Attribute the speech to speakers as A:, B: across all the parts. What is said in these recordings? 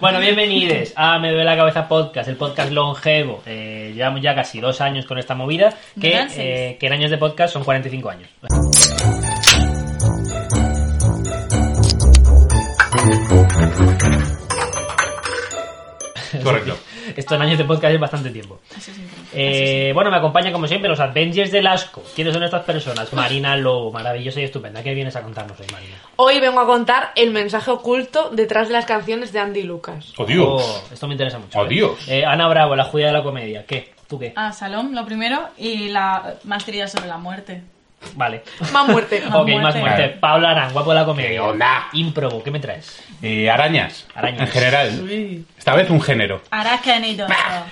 A: Bueno, bienvenidos a Me Duele la Cabeza Podcast, el podcast longevo. Eh, llevamos ya casi dos años con esta movida, que,
B: Gracias.
A: eh, que en años de podcast son 45 años.
C: Correcto.
A: Esto en años de podcast es bastante tiempo.
B: Eso es increíble.
A: Eh, bueno, me acompañan como siempre los Avengers del Asco. ¿Quiénes son estas personas? Marina Lobo, maravillosa y estupenda. ¿Qué vienes a contarnos hoy, Marina?
D: Hoy vengo a contar el mensaje oculto detrás de las canciones de Andy Lucas.
C: ¡Oh, Dios!
A: Oh, esto me interesa mucho.
C: Oh,
A: eh.
C: Dios.
A: Eh, Ana Bravo, la judía de la comedia. ¿Qué? ¿Tú qué?
B: Ah, Salom, lo primero, y la maestría sobre la muerte.
A: Vale.
D: Más muerte.
B: Más
A: ok, más
B: muerte.
A: muerte.
C: Vale.
A: Paula Arán, guapo de la comedia.
C: ¿Qué onda?
A: Improbo, ¿qué me traes?
C: Eh, arañas.
A: Arañas.
C: En general. Esta vez un género.
B: Arascanito.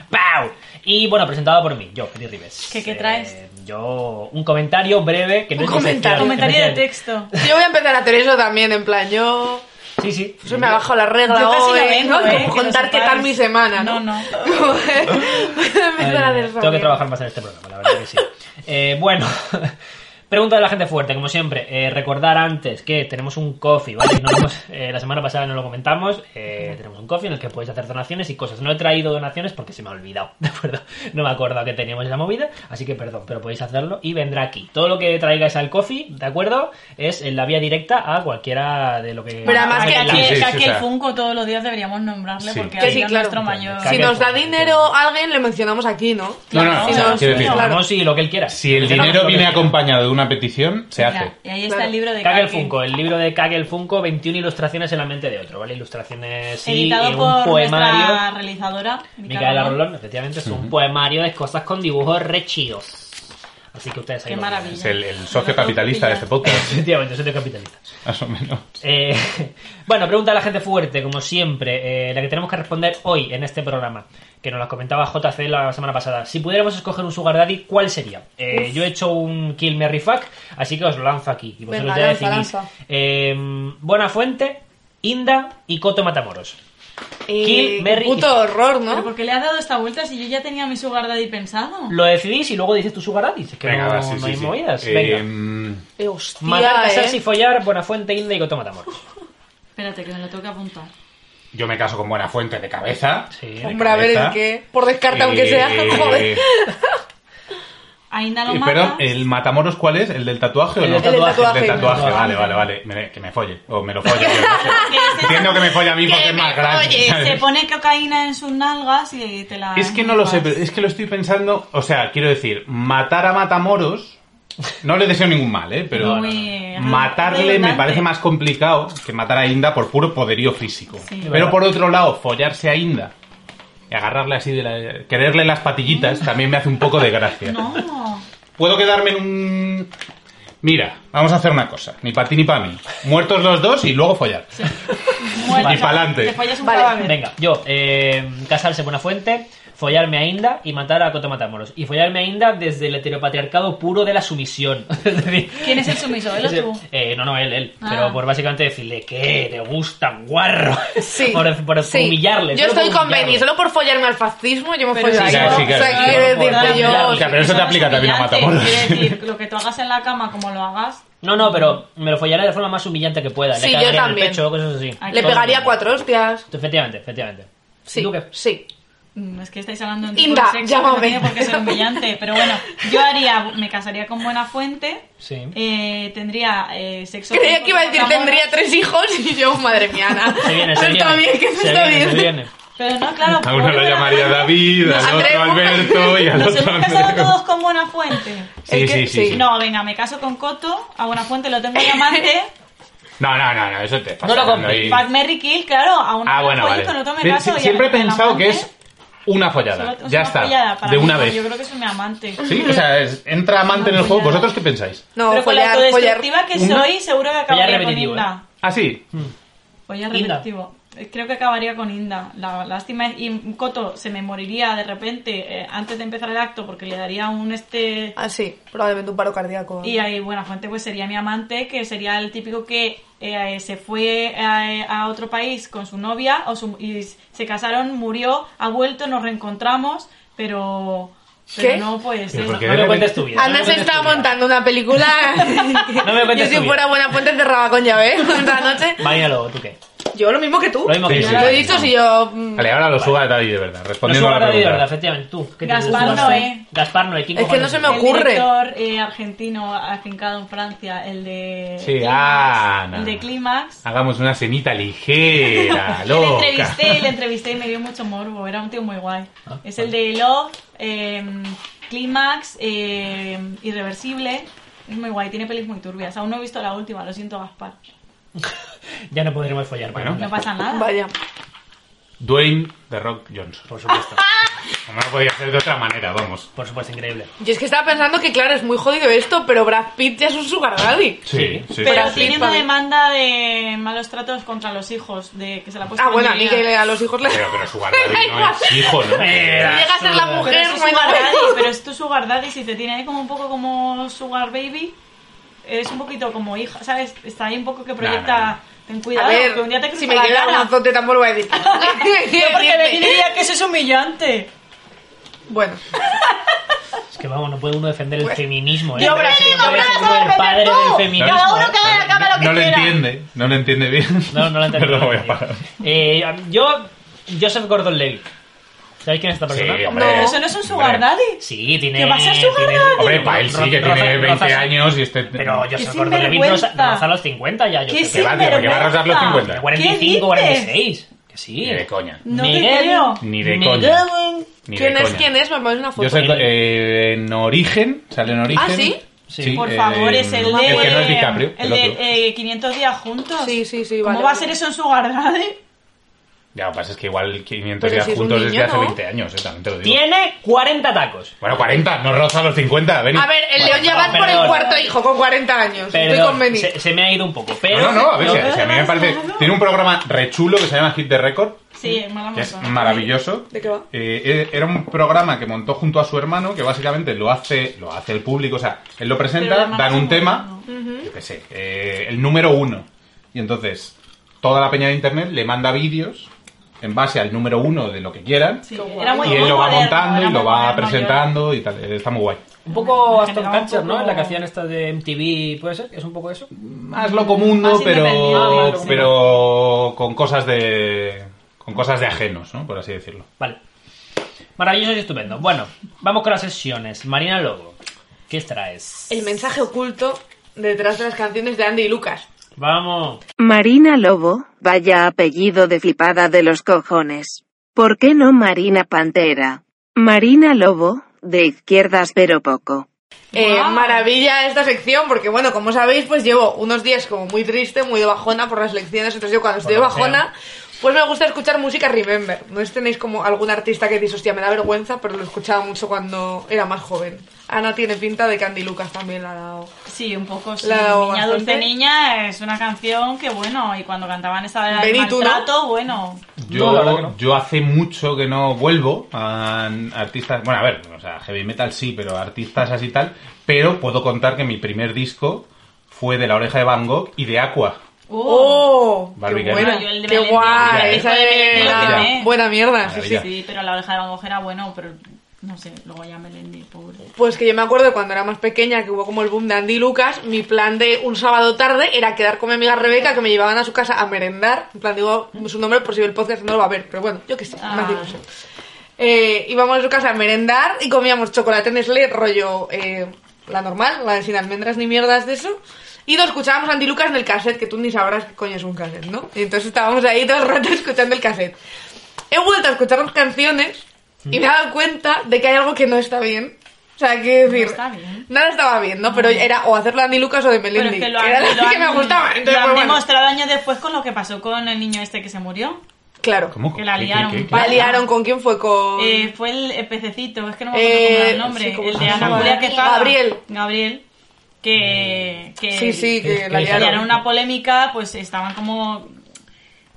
A: ¡Pau! Y bueno, presentado por mí, yo, Felipe Rives.
B: ¿Qué- qué traes?
A: Eh, yo, un comentario breve que no
D: Un
A: es mi sección,
D: comentario.
B: Comentario de
A: especial.
B: texto.
D: Yo voy a empezar a hacer eso también, en plan, yo...
A: Sí, sí.
D: Yo me ha bajado la regla
B: Yo casi
D: hoy,
B: lo vengo,
D: ¿no?
B: eh,
D: Como
B: que lo
D: contar qué
B: sepáis.
D: tal mi semana, ¿no?
B: No, no.
D: Como, eh, voy a
A: Ay,
D: empezar a hacer eso
A: tengo que
D: también.
A: trabajar más en este programa, la verdad que sí. Eh, bueno, pregunta de la gente fuerte, como siempre. Eh, recordar antes que tenemos un coffee, ¿vale? No lo hemos- eh, la semana pasada no lo comentamos. eh, tenemos un coffee en el que podéis hacer donaciones y cosas. No he traído donaciones porque se me ha olvidado, ¿de acuerdo? No me acuerdo que teníamos esa movida, así que perdón, pero podéis hacerlo y vendrá aquí. Todo lo que traigáis al coffee, ¿de acuerdo? Es en la vía directa a cualquiera de lo que.
D: Pero además
B: Ah,
D: que-
B: que aquí,
C: Sí, sí,
B: que
C: sí,
B: aquí
C: o sea.
B: el Funko todos los días deberíamos nombrarle
C: Sí.
B: porque
D: Que
B: ahí
D: sí,
B: es
D: claro.
B: nuestro mayor.
A: Cague
D: Si nos da
A: fuerte,
D: dinero alguien, le mencionamos aquí, ¿no?
C: No, no,
B: Claro.
C: o
B: Sí,
C: sea,
B: no,
C: quiero
D: sí,
C: decir,
D: no.
A: Vamos y lo que él quiera.
C: si el
A: Que tengamos
C: dinero
A: lo que
C: viene
A: quiera.
C: acompañado de una petición, se
B: Mira,
C: hace.
B: y ahí está
D: Claro.
B: el libro de
A: Cague el
B: Kage.
A: Funko, el libro de Cague el Funko, 21 ilustraciones en la mente de otro, ¿vale? Ilustraciones sí, y
B: Editado
A: un
B: por
A: poemario.
B: nuestra realizadora,
A: Micaela
B: Rolón.
A: Rolón, efectivamente, es un poemario de cosas con dibujos re chidos. Así que ustedes ahí
B: Qué
A: lo tienen.
B: maravilla.
C: Es el, el socio capitalista de este podcast,
A: Efectivamente, soy de capitalista.
C: más o menos.
A: Eh, bueno, pregunta a la gente fuerte, como siempre, eh, la que tenemos que responder hoy en este programa, que nos la comentaba JC la semana pasada. Si pudiéramos escoger un Sugar Daddy, ¿cuál sería? Eh, yo he hecho un Kill Mary Fuck, así que os lo lanzo aquí y vosotros
D: Venga,
A: ya
D: lanza,
A: decidís.
D: lanza.
A: Eh, Buena Fuente, Inda y Coto Matamoros.
D: Y
A: Kill Mary
D: Eh, puto horror,
B: ¿Pero
D: ¿no?
B: por qué le has dado esta vuelta si yo ya tenía mi sugar daddy pensado?
A: Lo decidís y luego dices tu Sugar Daddy. Es que no,
C: va, sí,
A: no
C: sí,
A: hay
C: sí.
A: movidas.
C: Eh,
A: Venga.
C: mm,
D: Eh, hostia,
A: Matar, casarse y
D: eh.
A: follar, Buena Fuente, Inda y Coto Matamoros.
B: Espérate, que me lo tengo que apuntar.
C: yo me caso con buena fuente de cabeza.
A: Sí.
C: De
D: Hombre, a ver,
C: cabeza.
D: el que... Por descarte, aunque
C: Eh,
D: sea, joder.
B: Ainda lo
C: eh,
B: mata.
C: Perdón, ¿el Matamoros cuál es? ¿El del tatuaje o
A: El
C: no?
A: del El del
D: tatuaje.
C: El del tatuaje,
A: tatuaje.
C: vale, vale, vale. Me- que me folle. O me lo folle. yo no sé. Entiendo que me folle a mí porque es más grande. ¿sabes?
B: Se pone cocaína en sus nalgas y te la.
C: Es que no lo sé, pero es que lo estoy pensando. O sea, quiero decir, matar a Matamoros. No le deseo ningún mal, ¿eh? Pero
B: Muy-
C: matarle me
B: redundante.
C: parece más complicado que matar a Inda por puro poderío físico.
B: Sí.
C: Pero por otro lado, follarse a Inda y agarrarle así de la. quererle las patillitas también me hace un poco de gracia.
B: Mm. No.
C: Puedo quedarme en un. Mira, vamos a hacer una cosa. Ni para ti ni para mí. Muertos los dos y luego follar.
B: Muerto.
C: Y pa'lante.
B: Te follas un
D: Vale,
B: cadáver.
A: Venga, yo, eh, casarse buena fuente, follarme a Inda y matar a Coto Matamoros. Y follarme a Inda desde el heteropatriarcado puro de la sumisión. Es decir,
B: ¿Quién es el sumiso? ¿Él o
A: ese-
B: tú?
A: eh, no, no, él, él.
B: Ah.
A: Pero por básicamente decirle, ¿qué? ¿Te gusta, guarro?
D: Sí.
A: por por
D: sí.
A: humillarle.
D: Yo
A: solo por
D: estoy con
A: humillarle.
D: Benny. Solo por follarme al fascismo, yo me
B: Pero
D: follo a
B: sí,
D: él.
B: sí,
D: O sea, quiero
C: claro,
A: claro.
D: decirte
A: Claro,
D: yo...
C: O sea, pero eso te aplica también a Matamoros.
B: Quiero decir, lo que tú hagas en la cama, como lo hagas,
A: No, no, pero me lo follaré de forma más humillante que pueda.
D: Sí,
A: Le
D: yo
A: cagaré en el
D: también. Ah,
A: pecho, cosas así.
B: Ay,
D: Le
A: Todo
D: pegaría
A: bien.
D: cuatro hostias.
A: Efectivamente, efectivamente.
D: Sí,
A: ¿Tú qué?
D: sí.
B: mm, es que estáis hablando en
D: Inda,
B: sexo, que no
D: llámame.
B: tiene por qué ser humillante, pero bueno, yo haría, me casaría con Buena Fuente,
A: Sí.
B: eh, tendría eh, sexo.
D: Creía
B: con
D: que iba a decir
B: Matamoros,
D: tendría tres hijos y yo, madre mía, Ana.
A: Se viene, se
D: Esto
A: viene.
D: está bien, que esto
A: se
D: está
A: viene, se
D: bien.
A: viene.
B: Pero no, claro.
C: A uno
B: por
C: lo
B: otra
C: llamaría
B: parte,
C: David,
D: Nos
C: al otro
D: atrevemos.
C: Alberto y al
B: Nos
C: otro
B: hemos casado
C: Andrés.
B: todos con Buena Fuente.
C: Sí,
D: Es
C: sí,
D: que-
C: sí, sí.
D: sí.
C: No.
B: No, venga, me caso con Coto, a Buena Fuente lo tengo de amante,
C: no, no, no, eso te está
A: No lo
C: sacando
A: compres.
C: ahí.
B: Bad Mary Kill, claro, a uno
C: Ah,
B: me
C: bueno,
B: follo y
C: vale.
B: con otro me
C: Sí,
B: caso.
C: sí,
B: y
C: siempre he
B: al- al
C: pensado que
B: amante,
C: es
B: solo-
C: una follada.
B: es
C: ya
B: una
C: está.
B: follada para
C: de
B: mí,
C: una
B: no,
C: vez.
B: Yo creo que es un amante.
C: Sí, o sea, es- entra amante en el juego. ¿Vosotros qué pensáis?
D: No,
B: Pero con la
D: follar, follar.
B: autodestructiva que
C: Una- ¿eh?
B: soy, seguro que acabaría con
A: repetitivo,
B: Inda.
C: Ah, sí.
B: Follar
A: Inda.
B: repetitivo. Eh, Creo que acabaría con Inda. La lástima es. Y Coto se me moriría de repente eh, antes de empezar el acto porque le daría un este.
D: Ah, sí, probablemente un paro cardíaco.
B: Y ahí Buenafuente pues sería mi amante, que sería el típico que eh, se fue eh, a, a otro país con su novia o su- y se casaron, murió, ha vuelto, nos reencontramos, pero, pero
D: ¿Qué?
B: no pues
C: Pero
B: es-
A: No,
C: porque-
A: no me cuentes tu vida. no me
D: Ana se
A: cuentes tu
D: está
A: vida.
D: montando una película.
A: No me
D: Yo
A: cuentes
D: si
A: tu vida.
D: fuera buena fuente cerraba con llave esta noche.
A: Vaya luego, ¿tú qué?
D: Yo lo mismo que tú.
A: Lo mismo que
C: Sí,
A: yo.
C: sí,
D: Lo he
C: sí.
D: dicho si yo... mm,
C: Vale, ahora lo suba Daddy de verdad,
A: No
C: respondiendo
A: suba
C: a
A: la
C: la
A: de
C: pregunta.
A: verdad, efectivamente. Tú. ¿qué te
B: Gaspar
A: gusta?
B: Noé.
A: Gaspar Noé. ¿quién
D: Es que
A: cojones
D: no se me
B: el
D: ocurre.
B: director eh, argentino afincado en Francia, el de
C: Sí,
B: Clímax,
C: Ana.
B: el de Clímax.
C: Hagamos una cenita ligera,
B: Le
C: loca.
B: entrevisté, le entrevisté y me dio mucho morbo, era un tío muy guay. es el de Love, eh, Clímax, eh, Irreversible. Es muy guay, tiene pelis muy turbias. Aún no he visto la última, lo siento Gaspar.
A: Ya no podremos follar.
C: Bueno.
A: pero
B: No pasa nada.
D: Vaya.
C: Dwayne The Rock Johnson.
A: Por supuesto.
C: Como no podía ser de otra manera, vamos.
A: Por supuesto, increíble.
D: Yo es que estaba pensando que, claro, es muy jodido esto, pero Brad Pitt ya es un sugar daddy.
A: Sí,
C: sí.
B: Pero
D: sí,
B: tiene
D: pa'
B: una
D: mí.
B: demanda de malos tratos contra los hijos, de que se la ha puesto
D: Ah, bueno, a
B: mi
D: mí
B: vida.
D: que a los hijos les...
C: Pero, pero su guardadí no es hijo, ¿no? Eh,
D: Llega a ser la mujer,
B: Pero es
D: no hay
B: sugar
D: nada.
B: daddy, pero es tu sugar daddy, si te tiene ahí como un poco como sugar baby, es un poquito como hija, ¿sabes? Está ahí un poco que proyecta,
C: no,
B: ten
C: no.
D: A
B: cuidado, que un día te
D: ver,
B: cruza
D: si me
B: la
D: queda
B: cara.
D: un azote tampoco lo voy a decir.
B: Yo porque le diría que eso es humillante.
D: Bueno,
A: Es que vamos, no puede uno defender el
D: Pues-
A: feminismo. ¿eh?
D: Yo, Brad
A: Parece que
D: Pitt,
A: no
D: ahora
A: eres
D: lo
A: uno
D: vas a
A: el padre
D: defender
A: del
D: tú.
A: feminismo.
B: Cada uno
A: ¿eh?
B: que haga en la cama lo que
C: no lo
B: quiera.
C: entiende, no lo entiende bien.
A: No, no lo entendí.
C: Pero lo voy a
A: entendí.
C: parar.
A: Eh, yo, Joseph Gordon Levitt. ¿Sabéis quién es esta persona?
C: Sí,
B: No,
C: hombre.
B: eso no es un sugar
C: Hombre.
B: daddy.
A: Sí, tiene.
B: ¿Que va a ser su
A: tiene-
B: gardadí?
C: Hombre, para él sí que
A: Roza-
C: tiene
A: roza-
C: 20
A: roza-
C: años y este...
A: Pero yo
B: ¡Qué
A: se acuerdo de Levitt no
B: sinvergüenza!
A: roza los 50 ya. Yo
B: ¡Qué
C: Que va, tío, porque va a rozar los
B: sinvergüenza!
C: 50.
A: 45,
B: ¿Qué
A: 46. Que sí.
C: Ni de coña.
B: No te
A: Miguel-
B: creo.
C: Ni de
A: Miguel-
C: coña. Ni de
D: ¿quién es
C: coña.
D: quién es? Me pones una foto.
C: Yo soy eh, en origen, sale en origen.
D: ¿Ah, sí?
A: Sí.
B: Por favor,
C: eh,
B: es el de.
C: El que no es DiCaprio,
B: el
C: el otro.
B: de eh, 500 días juntos.
D: Sí, sí, sí,
B: ¿Cómo
D: vale,
B: va a
D: vale.
B: ser eso en sugar daddy?
C: Ya, lo que pasa es que igual 500
D: Pero
C: días
D: si es un
C: juntos desde
D: niño,
C: hace
D: ¿no?
C: 20 años, eh, también te lo digo.
A: Tiene 40 tacos.
C: Bueno, 40, no roza los 50, ven.
D: A ver, el león ya va
A: perdón,
D: por el
A: perdón.
D: cuarto hijo con 40 años. Estoy
A: Perdón,
D: convenido.
A: se, se me ha ido un poco. Pero.
C: No, no, no, a ver, si,
A: pero-
C: si a mí me parece... Tiene un programa rechulo que se llama Hit the Record,
B: Sí, mala
C: que es
B: montón.
C: maravilloso.
D: ¿De qué va?
C: Eh, era un programa que montó junto a su hermano que básicamente lo hace lo hace el público, o sea, él
B: Pero la
C: lo presenta,
B: hermana
C: dan
B: se
C: un
B: murió,
C: tema, yo qué sé, eh, el número uno. Y entonces toda la peña de internet le manda vídeos en base al número uno de lo que quieran
B: Sí,
D: Qué guay.
B: era muy-
C: y él
B: muy
C: lo va
B: moderno,
C: montando
B: era
C: y lo
B: muy
C: va
B: moderno, yo-
C: presentando y tal, eh, está muy guay.
A: Un poco
B: Me
A: Aston
B: generaba un
A: Catcher, ¿no?
B: poco-
A: En la que hacían esta de MTV, ¿puede ser? ¿Es un poco eso?
C: Más loco mundo,
B: Mm. Más
C: pero,
B: independiente,
A: sí.
C: pero con cosas de con cosas de ajenos, ¿no? Por así decirlo.
A: Vale. Maravilloso y estupendo. Bueno, vamos con las sesiones. Marina Lobo, ¿qué traes?
D: El mensaje oculto detrás de las canciones de Andy y Lucas.
A: Vamos.
E: Marina Lobo, vaya apellido de flipada de los cojones. ¿Por qué no Marina Pantera? Marina Lobo, de izquierdas pero poco.
D: Eh,
B: Guau.
D: Maravilla esta sección, porque bueno, como sabéis, pues llevo unos días como muy triste, muy de bajona por las lecciones, entonces yo cuando estoy de
A: lo que sea.
D: bajona, pues me gusta escuchar música Remember. No sé si tenéis como algún artista que dice, hostia, me da vergüenza, pero lo escuchaba mucho cuando era más joven. Ana tiene pinta de que Andy Lucas también la ha dado.
B: Sí, un poco sí.
D: La hago
B: Niña Dulce
D: bastante.
B: Niña es una canción que bueno, y cuando cantaban esa del
D: Ven y tú, ¿no?
B: maltrato, bueno.
C: Yo,
A: No, la verdad que no.
C: yo hace mucho que no vuelvo a artistas, bueno, a ver, o sea, heavy metal sí, pero artistas así tal, pero puedo contar que mi primer disco fue de La Oreja de Van Gogh y de Aqua.
B: Uh,
D: ¡Oh!
C: Barbie
D: ¡Qué
C: Girl.
D: buena!
B: Yo el de
D: ¡Qué
B: Belén,
C: el
D: guay!
C: de
D: Esa
B: Belén,
C: el de
D: era
B: Belén.
D: buena mierda, sí, sí.
C: Maravilla.
B: sí, pero la oreja de Van Gogh era bueno, pero no sé, luego ya me lendí, pobre.
D: Pues que yo me acuerdo cuando era más pequeña que hubo como el boom de Andy y Lucas, mi plan de un sábado tarde era quedar con mi amiga Rebeca que me llevaban a su casa a merendar. En plan, digo su nombre por si ve el podcast no lo va a ver, pero bueno, yo qué sé,
B: Ah.
D: más difusión. Eh, íbamos a su casa a merendar y comíamos chocolate Nestlé, rollo eh, la normal, la de sin almendras ni mierdas de eso. Y nos escuchábamos a Andy Lucas en el cassette, que tú ni sabrás qué coño es un cassette, ¿no? Y entonces estábamos ahí todo el rato escuchando el cassette. He vuelto a escuchar las canciones y me he dado cuenta de que hay algo que no está bien. O sea, que decir,
B: está bien.
D: nada estaba bien, ¿no? Pero era o hacerlo Andy Lucas o de Melendi.
B: Pero es que lo han,
D: era
B: lo
D: lo que
B: han-
D: me gustaba.
B: lo
D: Entonces,
B: han
D: pues, bueno,
B: demostrado años después con lo que pasó con el niño este que se murió.
D: Claro.
C: ¿Cómo?
B: Que la liaron,
D: La
B: Vaya.
D: liaron con quién fue con.
B: Ah. Eh, fue el eh, pececito, es que no me acuerdo cómo era
D: Eh,
B: el nombre,
D: sí, ¿cómo
B: el
D: se
B: de Ana
D: llama?
B: Julia Quezada.
D: Gabriel.
B: Gabriel. Que, que
D: sí, sí, que
A: que
B: eh,
D: la
A: le
D: liaron.
B: Era una polémica, pues estaban como.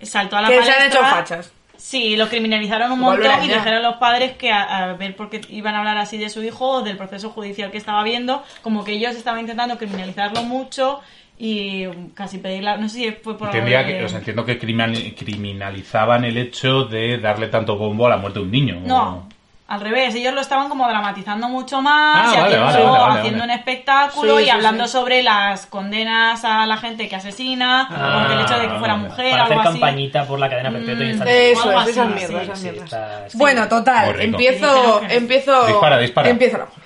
B: saltó a la
D: que se
B: palestra.
D: han hecho fachas.
B: Sí, lo criminalizaron un
D: Igual lo
B: montón
D: eran
B: y
D: ya.
B: dijeron a los padres que a, a ver por qué iban a hablar así de su hijo o del proceso judicial que estaba viendo, como que ellos estaban intentando criminalizarlo mucho y um, casi pedirla, no sé si fue por algo
C: Entendía
B: de-
C: que, o sea, entiendo que criminal- criminalizaban el hecho de darle tanto bombo a la muerte de un niño.
B: No, al revés, ellos lo estaban como dramatizando mucho más,
C: Ah,
B: y
C: vale,
B: haciendo,
C: vale, vale, vale,
B: haciendo
C: vale.
B: un espectáculo
D: Sí,
B: y
D: sí,
B: hablando
D: sí.
B: sobre las condenas a la gente que asesina,
A: Ah,
B: porque el hecho de que fuera
C: vale.
B: mujer,
A: Para hacer
B: algo así. Mm,
A: campañita por la cadena perpetua y estar- "Ah,
D: Eso
B: algo
D: es,
B: así,
D: esas
B: sí,
D: mierdas, esas
A: sí,
D: mierdas.
A: está- sí.
D: Bueno,
C: Muy
D: total,
C: rico.
D: empiezo, empiezo...
C: Dispara, dispara.
D: Empiezo la jugada.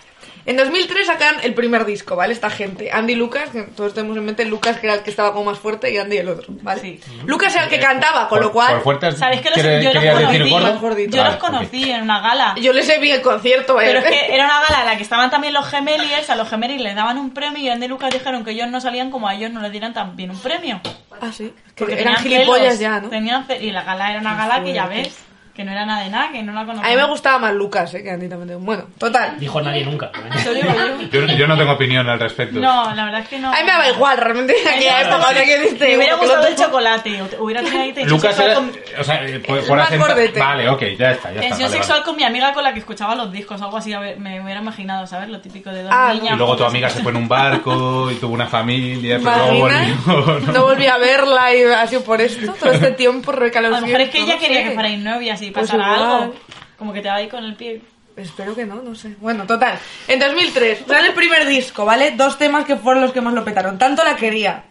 D: En 2003 sacan el primer disco, ¿vale? Esta gente. Andy y Lucas, que todos tenemos en mente Lucas, que era el que estaba como más fuerte, y Andy el otro, ¿vale?
B: Sí.
D: Lucas era el que cantaba, con lo
C: Por-
D: cual...
C: por fuertes,
B: ¿Sabéis que los-
C: ¿quiere-
B: yo los
C: querías decir
B: conocí?
C: gordo?
D: más gordito.
B: Yo
C: Vale,
B: los
C: ok.
B: conocí en una gala.
D: Yo les vi el concierto, eh.
B: Pero es que era una gala en la que estaban también los gemeliers, a los gemeliers les daban un premio y Andy y Lucas dijeron que ellos no salían como a ellos no les dieran también un premio.
D: Ah, sí. Es que
B: Porque
D: eran
B: tenían
D: gilipollas
B: pelos,
D: ya, ¿no?
B: Tenían pe- y la gala era una gala que ya ves, que no era nada de nada, que no la
D: A
B: conocía.
D: mí me gustaba más Lucas, eh, que Andy también. tengo. Bueno, total.
A: Dijo nadie nunca.
B: Eso digo yo.
C: Yo, yo no tengo opinión al respecto.
B: No, la verdad es que no.
D: A mí me daba igual, realmente. en este aquella época, o sea, que dices,
B: Me hubiera
D: bueno, que lo
B: gustado el
D: tengo.
B: chocolate. o- Hubiera tenido ahí tensión
C: Lucas
B: sexual
C: era.
B: con-
C: O sea, eh, por, por
D: Más
C: acento-
D: gordete.
C: Vale, ok, ya está. Ya está
B: Tensión
C: vale, vale.
B: sexual con mi amiga con la que escuchaba los discos, algo así, a ver, me hubiera imaginado, ¿sabes? Lo típico de dos
D: Ah,
B: niñas.
C: Y luego tu
B: juntas.
C: amiga se fue en un barco y tuvo una familia, pero luego
D: Imagina,
C: volvió. ¿no?
D: no volví a verla y ha sido por esto, todo este tiempo
B: A
D: recalado.
B: lo mejor es que ella quería que fuerais novias y
D: Pues
B: pasara
D: igual.
B: algo. Como que te va ahí con el pie.
D: Espero que no, no sé. Bueno, total. En 2003 sale el primer disco, ¿vale? Dos temas que fueron los que más lo petaron. Tanto la quería,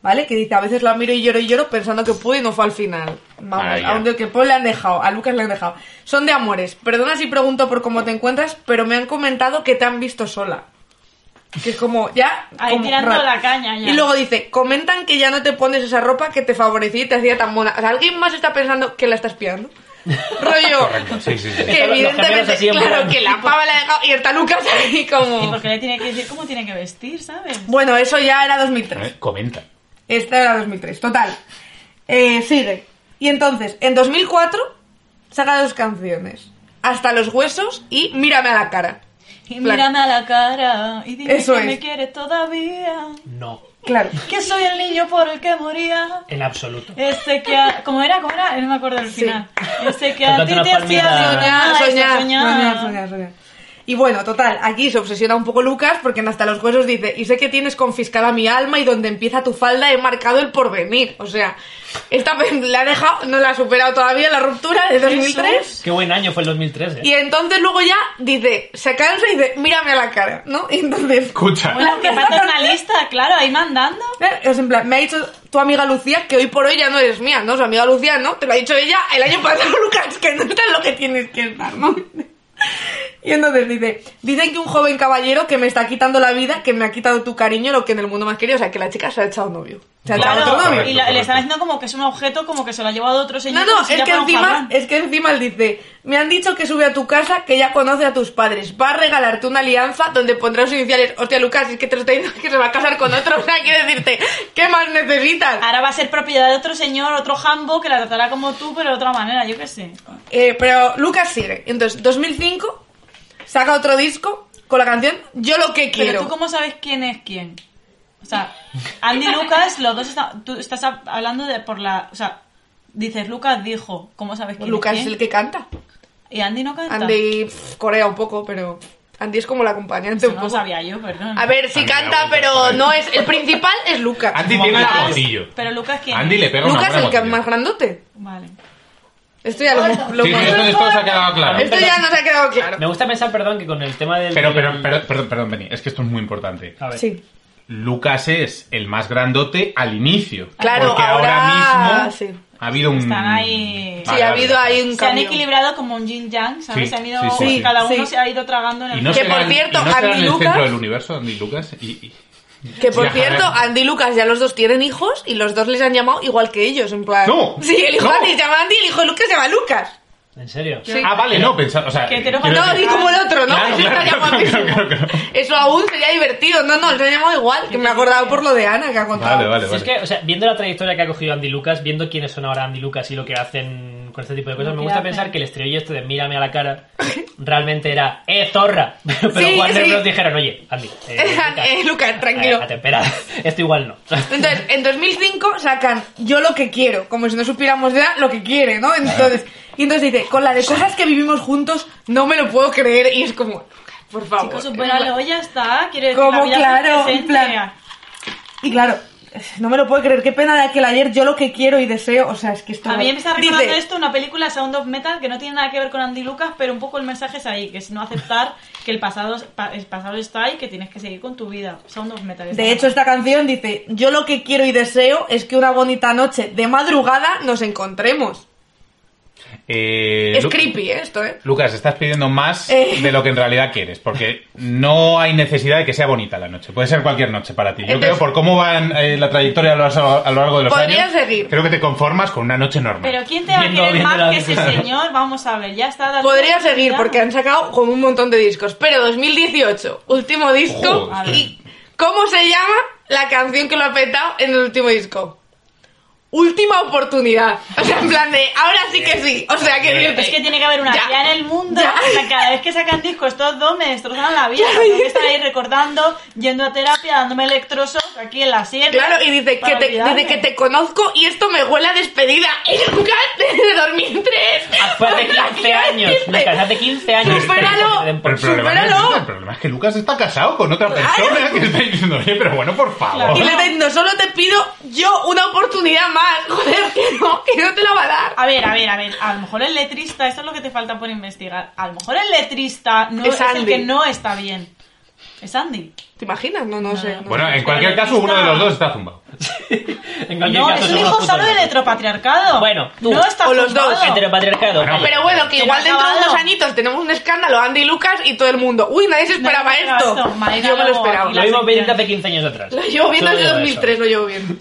D: ¿vale? Que dice, a veces la miro y lloro y lloro pensando que pude y no fue al final. Vamos,
C: Vaya.
D: a un del que Paul le han dejado, a Lucas le han dejado. Son de amores. Perdona si pregunto por cómo te encuentras, pero me han comentado que te han visto sola. Que es como, ya...
B: Ahí
D: como
B: tirando
D: raro.
B: la caña ya.
D: Y luego dice, comentan que ya no te pones esa ropa que te favorecía y te hacía tan mona. O sea, alguien más está pensando que la estás pillando. Rollo
C: Correcto, sí, sí, sí.
D: que
A: Están los gemelos
D: evidentemente,
A: así en
D: claro,
A: plan.
D: que la pava la ha dejado y está Lucas ahí
B: Y
D: como...
B: porque le tiene que decir cómo tiene que vestir, ¿sabes?
D: Bueno, eso ya era
C: A
D: 2003.
C: ver, Eh, Comenta.
D: Esta Este era 2003, total. Eh, sigue. Y entonces, en 2004, saca dos canciones. Hasta los huesos y Mírame a la cara.
B: Y
D: Plan-
B: mírame a la cara y dime
D: Eso
B: que
D: es.
B: me quieres todavía.
A: No,
D: Claro.
B: Que soy el niño por el que moría.
A: en absoluto.
B: Este que a... ¿Cómo era? ¿Cómo era? No me acuerdo del final. Este que a
A: Cantante
B: ti te
A: una
B: hacía
A: palmera.
B: soñar, este
D: soñar,
B: soñar.
D: soñar, soñar, soñar. Y bueno, total, aquí se obsesiona un poco Lucas porque en Hasta los Huesos dice, y sé que tienes confiscada mi alma y donde empieza tu falda he marcado el porvenir. O sea, esta pe- la ha dejado, no la ha superado todavía la ruptura de 2003.
A: Qué buen año fue el 2013.
D: Y entonces luego ya dice, se cansa y dice, mírame a la cara, ¿no? Y entonces...
C: Escucha.
B: Bueno, que paternalista, claro, ahí mandando.
D: eh, Es en plan, me ha dicho tu amiga Lucía que hoy por hoy ya no eres mía, ¿no? Su amiga Lucía, ¿no? Te lo ha dicho ella el año pasado, Lucas, que no estás lo que tienes que estar, ¿no? Y entonces dice, dicen que un joven caballero que me está quitando la vida, que me ha quitado tu cariño, lo que en el mundo más querido, o sea, que la chica se ha echado novio. Se ha echado
B: Claro,
D: otro novio.
C: correcto,
B: y la- le
C: correcto.
B: están haciendo como que es un objeto, como que se lo ha llevado otro señor.
D: No, no,
B: como si
D: es
B: ya
D: que,
B: fuera un
D: encima,
B: jabalán.
D: es que encima él dice, me han dicho que sube a tu casa, que ya conoce a tus padres, va a regalarte una alianza donde pondrá sus iniciales, hostia Lucas, es que te lo está diciendo que se va a casar con otro, o sea, quiero decirte, ¿qué más necesitas?
B: Ahora va a ser propiedad de otro señor, otro jambo, que la tratará como tú, pero de otra manera, yo qué sé.
D: Eh, pero Lucas sigue, entonces 2005 saca otro disco con la canción Yo lo que
B: Pero
D: quiero.
B: tú, ¿cómo sabes quién es quién? O sea, Andy y Lucas, los dos están. Tú estás hab- hablando de por la. O sea, dices, Lucas dijo, ¿cómo sabes quién
D: Lucas
B: es
D: es
B: quién?
D: el que canta.
B: Y Andy no canta.
D: Andy pff, corea un poco, pero Andy es como la acompañante
B: Eso
D: un
B: no lo
D: poco.
B: sabía yo, perdón.
D: A ver, sí
C: Andy la
D: canta,
C: vuelta,
D: pero
C: joder.
D: no es... El principal es Lucas.
C: Andy
B: Como
C: tiene el
B: Lucas,
C: cotillo.
B: Pero Lucas, ¿quién
C: Andy
B: es?
C: le pega
D: Lucas
C: una
D: es el que es
C: buena
D: más grandote.
B: Vale.
D: Esto ya lo, lo
C: Sí, sí, esto, esto se ha quedado claro.
D: Esto ya nos ha quedado claro.
A: Me gusta pensar, perdón, que con el tema del.
C: Pero, pero, pero, perdón, perdón, Beni, es que esto es muy importante.
A: A ver.
D: Sí.
C: Lucas es el más grandote al inicio.
D: Claro,
C: porque
D: ahora
C: ahora mismo
D: sí.
C: ha habido un.
B: Están ahí.
D: Sí,
C: Vale,
D: ha
C: vale,
D: habido
C: vale.
D: ahí un
B: Se han
D: cambio.
B: equilibrado como un yin yang, ¿sabes?
C: Sí,
B: se han ido,
C: sí, sí, sí.
B: cada uno
D: Sí.
B: se ha ido tragando en el
C: Y no
D: Que,
C: será
D: por
C: el-
D: cierto,
C: y no será
D: Andy
C: en el
D: Lucas-
C: centro del universo, Andy Lucas. Y, y-
D: Que por
C: Sí, ajá.
D: cierto, Andy y Lucas ya los dos tienen hijos y los dos les han llamado igual que ellos, en plan.
C: No,
D: Sí, el hijo
C: no.
D: de Andy se llama Andy y el hijo de Lucas se llama Lucas.
A: ¿En serio?
D: Sí.
C: Ah, vale, no, pensaba. O sea,
B: Que te lo
C: quiero
B: mandaba
D: No,
C: decir-
D: ni como el otro, ¿no?
C: Claro,
D: Eso está
C: claro,
D: llamadísimo.
C: claro, claro, claro.
D: Eso aún sería divertido. No, no, se ha llamado igual, que me he acordado por lo de Ana que ha contado.
C: Vale, vale,
A: Si
C: vale.
A: Es que, o sea, viendo la trayectoria que ha cogido Andy Lucas, viendo quiénes son ahora Andy Lucas y lo que hacen con este tipo de cosas.
B: Lo
A: Me
B: que
A: gusta
B: hacen.
A: pensar que el estribillo este de mírame a la cara realmente era ¡eh, zorra! Pero
D: Sí,
A: Warner
D: sí.
A: Bros. dijeron, oye, Andy, eh, Lucas,
D: Eh, Lucas, tranquilo.
A: eh, atempera. Esto igual no.
D: Entonces, en 2005 sacan Yo lo que quiero, como si no supiéramos ya lo que quiere, ¿no? Entonces, y entonces dice, con la de cosas que vivimos juntos, no me lo puedo creer. Y es como, Lucas, por favor.
B: Chicos, supéralo, ya está. Quiero decir,
D: Como
B: la vida
D: claro,
B: es presente.
D: en plan- Y claro, no me lo puedo creer. Qué pena de aquel ayer, yo lo que quiero y deseo. O sea, es que esto.
B: A mí me está recordando
D: Dice,
B: esto una película Sound of Metal que no tiene nada que ver con Andy Lucas, pero un poco el mensaje es ahí, que es no aceptar que el pasado, es- pa- el pasado está ahí, que tienes que seguir con tu vida. Sound of Metal.
D: De hecho, esta canción dice: Yo lo que quiero y deseo es que una bonita noche de madrugada nos encontremos.
C: Eh,
D: Es
C: Lu-
D: creepy ¿eh? esto, ¿eh?
C: Lucas, estás pidiendo más
D: Eh.
C: de lo que en realidad quieres, porque no hay necesidad de que sea bonita la noche. Puede ser cualquier noche para ti. Yo
D: Entonces-
C: creo, por cómo va eh, la trayectoria a lo, a lo largo de los
D: Podrías
C: años,
D: seguir.
C: creo que te conformas con una noche normal.
B: Pero ¿quién te va a
A: Viendo-
B: querer
A: viendo la
B: más que ese
A: película.
B: señor? Vamos a ver, ya está. dando
D: Podría
B: publicidad.
D: seguir porque han sacado como un montón de discos. Pero 2018, último disco.
C: Ojo,
D: y ¿Cómo se llama la canción que lo ha petado en el último disco? Última oportunidad. O sea, en plan de ahora sí que sí. O sea, que
B: Es que tiene que haber una
D: Ya.
B: tía en el mundo.
D: Ya.
B: O sea, cada vez que sacan discos, estos dos me destrozan la vida. Tengo que estar ahí recordando, yendo a terapia, dándome electrosos aquí en la sierra.
D: Claro, y dice que,
B: para
D: te,
B: olvidarme.
D: dice que te conozco y esto me huele a despedida. Es un cat de 2003.
A: Fue hace 15 años,
D: Dice,
A: Lucas, hace 15 años.
D: Supéralo.
C: Pero el, problema no es
D: supéralo.
C: Lucas, el problema es que Lucas está casado con otra persona que está diciendo, oye, pero bueno, por favor.
D: Y le está diciendo, solo te pido yo una oportunidad más. Joder, que no, que no te la va a dar.
B: A ver, a ver, a ver. A lo mejor el letrista, eso es lo que te falta por investigar. A lo mejor el letrista no
D: Es
B: es, el
D: Andy.
B: que no está bien. Es Andy.
D: ¿Te imaginas? No, no, sé. no.
C: Bueno,
A: eh,
C: en
B: Pero
C: cualquier
B: el
C: caso, uno de
B: artista-
C: los dos está zumbado.
A: En cualquier
B: No,
A: caso,
B: es un
A: son unos
B: hijo
A: putos
B: solo del
A: locos.
B: heteropatriarcado.
A: Bueno, tú.
B: no está
D: O los dos.
B: zumbado.
A: Heteropatriarcado.
C: Bueno,
A: vale.
D: Pero bueno, que
B: Se me
D: igual
B: ha
D: dentro de
B: acabado.
D: unos añitos tenemos un escándalo, Andy y Lucas y todo el mundo. Uy, nadie se esperaba
B: Nadie se
D: esto.
B: esperaba esto. Marina
D: Yo me lo
B: Lobo,
D: esperaba.
B: y
A: Lo
B: la-
A: mismo bien desde hace 15 años atrás.
D: Lo llevo viendo
A: Solo
D: desde
A: digo eso.
D: 2003, lo llevo viendo.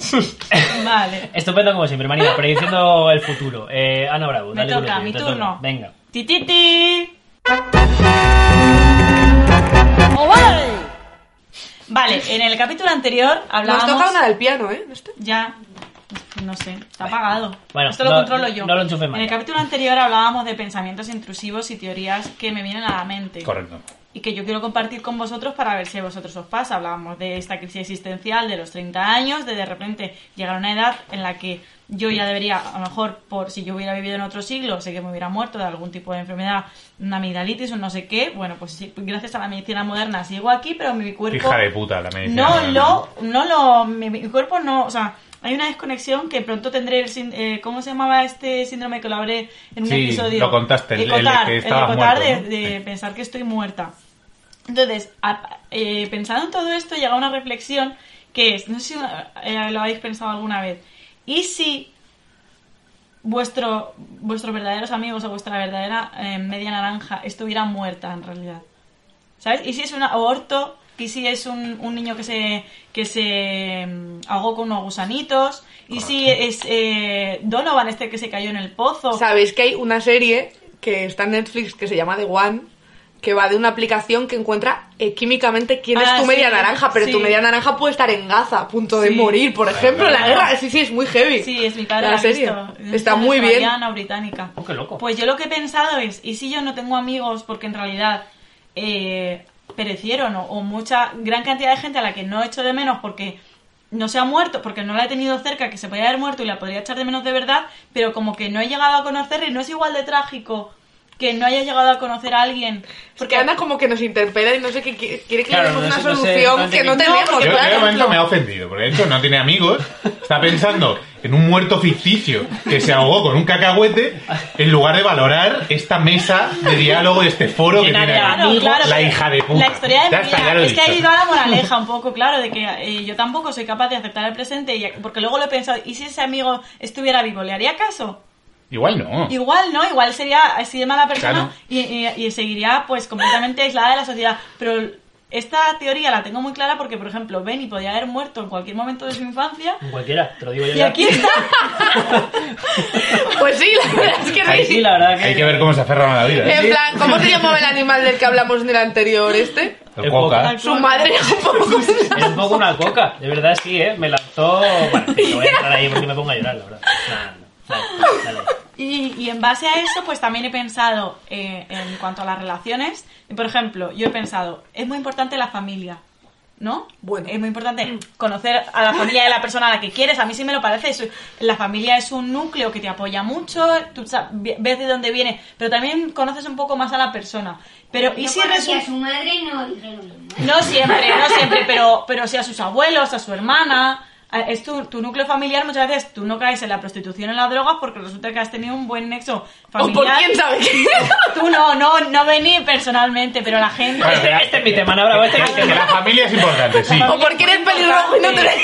B: Vale.
A: Estupendo como siempre, Marina, prediciendo el futuro. Eh, Ana Bravo,
B: Me
A: dale
B: toca,
A: duro,
B: mi
A: te
B: turno.
A: toca. Venga.
B: Ti, ti, ti. Vale, en el capítulo anterior
D: Nos
B: hablábamos...
D: toca una del piano, ¿eh? ¿No está?
B: Ya. No sé, está apagado.
A: Bueno,
B: Esto lo
A: no-
B: controlo yo.
A: no lo enchufes más.
B: En el capítulo anterior hablábamos de pensamientos intrusivos y teorías que me vienen a la mente.
C: Correcto.
B: Y que yo quiero compartir con vosotros para ver si a vosotros os pasa. Hablábamos de esta crisis existencial de los 30 años, de de repente llegar a una edad en la que yo ya debería, a lo mejor, por si yo hubiera vivido en otro siglo, sé que me hubiera muerto de algún tipo de enfermedad, una amigdalitis o no sé qué. Bueno, pues sí, gracias a la medicina moderna sigo aquí, pero mi cuerpo
C: Hija de puta la medicina.
B: no lo, no lo, mi, mi cuerpo no, o sea, hay una desconexión que pronto tendré el, sin- eh, ¿cómo se llamaba este síndrome que lo hablé en un
C: Sí,
B: episodio?
C: lo contaste, el- el de
B: Ecotar,
C: que estabas
B: ecotar de-
C: muerto, ¿no?
B: de
C: Sí.
B: pensar que estoy muerta. Entonces, a- eh, pensando en todo esto, llega una reflexión que es, no sé si eh, lo habéis pensado alguna vez, ¿y si vuestro, vuestros verdaderos amigos o vuestra verdadera eh, media naranja estuviera muerta en realidad? ¿Sabes? ¿Y si es un aborto? ¿Y si es un, un niño que se, que se mm, ahogó con unos gusanitos? ¿Y si es eh, Donovan este que se cayó en el pozo?
D: Sabéis que hay una serie que está en Netflix que se llama The One, que va de una aplicación que encuentra eh, químicamente quién
B: Ah,
D: es tu
B: sí,
D: media naranja, pero
B: sí.
D: tu media naranja puede estar en Gaza, a punto de
B: Sí.
D: morir, por ejemplo, en la
C: claro.
D: guerra. Sí, sí, es muy heavy.
B: Sí, es mi padre.
D: La
B: la ha
D: serie.
B: visto. Es
D: Está
B: una
D: muy bien.
B: australiana, británica.
A: Oh, qué loco.
B: Pues yo lo que he pensado es, ¿y si yo no tengo amigos porque en realidad eh, perecieron o, o mucha gran cantidad de gente a la que no echo de menos porque no se ha muerto, porque no la he tenido cerca, que se podía haber muerto y la podría echar de menos de verdad, pero como que no he llegado a conocerle, no es igual de trágico que no haya llegado a conocer a alguien.
D: Porque Ana como que nos interpela y no sé qué qui- quiere que
A: Claro,
D: le demos
A: no
D: una
A: sé- no sé
D: solución
A: dónde
D: que no
A: quiere-
D: tenemos,
C: Yo yo de
D: claro.
C: momento me ha ofendido, porque de hecho no tiene amigos, está pensando en un muerto ficticio que se ahogó con un cacahuete, en lugar de valorar esta mesa de diálogo, este foro que
A: Llena
C: tiene
A: de
C: aquí.
A: amigos.
C: la
B: pero
C: hija de puta.
B: La historia de
C: Ya
B: mi
C: está,
B: vida.
C: ya lo he
B: es que ha
C: dicho.
B: ido a la moraleja un poco, claro, de que eh, yo tampoco soy capaz de aceptar el presente, y, porque luego lo he pensado, ¿y si ese amigo estuviera vivo, le haría caso?
C: Igual no.
B: Igual, ¿no? Igual sería así de mala persona
C: Claro.
B: y, y- y seguiría pues completamente aislada de la sociedad. Pero esta teoría la tengo muy clara porque, por ejemplo, Benny podía haber muerto en cualquier momento de su infancia
A: Cualquiera, te lo digo yo.
B: y
A: ya.
B: aquí está.
D: Pues sí, la verdad es que
A: Ahí
D: sí.
A: sí, la verdad que.
C: Hay que ver cómo se aferran a la vida. ¿eh?
D: En plan, ¿cómo se llamaba el animal del que hablamos en el anterior este?
C: El cuoca.
D: Su madre era un poco...
A: Era un poco una coca, de verdad sí, ¿eh? Me lanzó. Bueno, en fin, no voy a entrar ahí porque me pongo a llorar, la verdad. No, no, no. Vale, dale.
B: Y, y en base a eso, pues también he pensado eh, en cuanto a las relaciones. Por ejemplo, yo he pensado, es muy importante la familia, ¿no?
D: Bueno.
B: Es muy importante conocer a la familia de la persona a la que quieres. A mí sí me lo parece. eso- La familia es un núcleo que te apoya mucho, tú sa- ves de dónde viene, pero también conoces un poco más a la persona. Pero, ¿y
F: No
B: si
F: conocía
B: resulta...?
F: a su madre y no dije lo mismo. ¿eh?
B: No siempre, no siempre, pero, pero sí a sus abuelos, a su hermana. a- Es tu, tu núcleo familiar, muchas veces tú no caes en la prostitución o en las drogas porque resulta que has tenido un buen nexo
D: O
B: familiar.
D: por quién sabe qué.
B: Tú no, no, no vení personalmente, pero la gente...
C: Bueno,
A: Este, este es mi tema, Ana Bravo. Este es mi
C: Que
A: tema.
C: la familia es importante, sí.
D: O por quién es pelirrojo y no te dejan.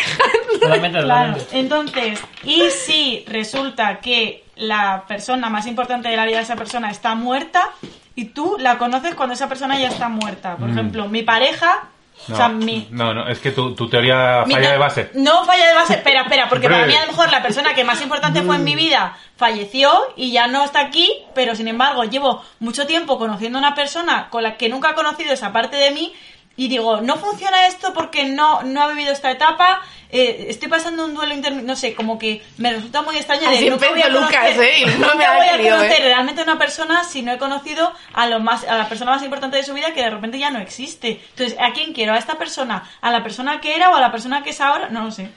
A: Totalmente,
B: Claro,
A: totalmente.
B: entonces, y si resulta que la persona más importante de la vida de esa persona está muerta y tú la conoces cuando esa persona ya está muerta. Por ejemplo, mi pareja,
C: No,
B: o sea, mi,
C: no, no, es que tu, tu teoría
B: Mi
C: falla
B: te-
C: de base.
B: No, falla de base. Espera, espera, porque para
C: Breve.
B: mí a lo mejor la persona que más importante fue en mi vida falleció y ya no está aquí, pero sin embargo llevo mucho tiempo conociendo a una persona con la que nunca he conocido esa parte de mí y digo, no funciona esto porque no, no ha vivido esta etapa, eh, estoy pasando un duelo interno, no sé, como que me resulta muy extraño
D: Así
B: de nunca voy a
D: empezó Lucas,
B: conocer,
D: ¿eh? Y no me
B: nunca
D: ha
B: voy a
D: querido, ¿eh?
B: conocer realmente a una persona si no he conocido a lo más a la persona más importante de su vida que de repente ya no existe. Entonces, ¿a quién quiero? ¿A esta persona? ¿A la persona que era o a la persona que es ahora? No lo sé.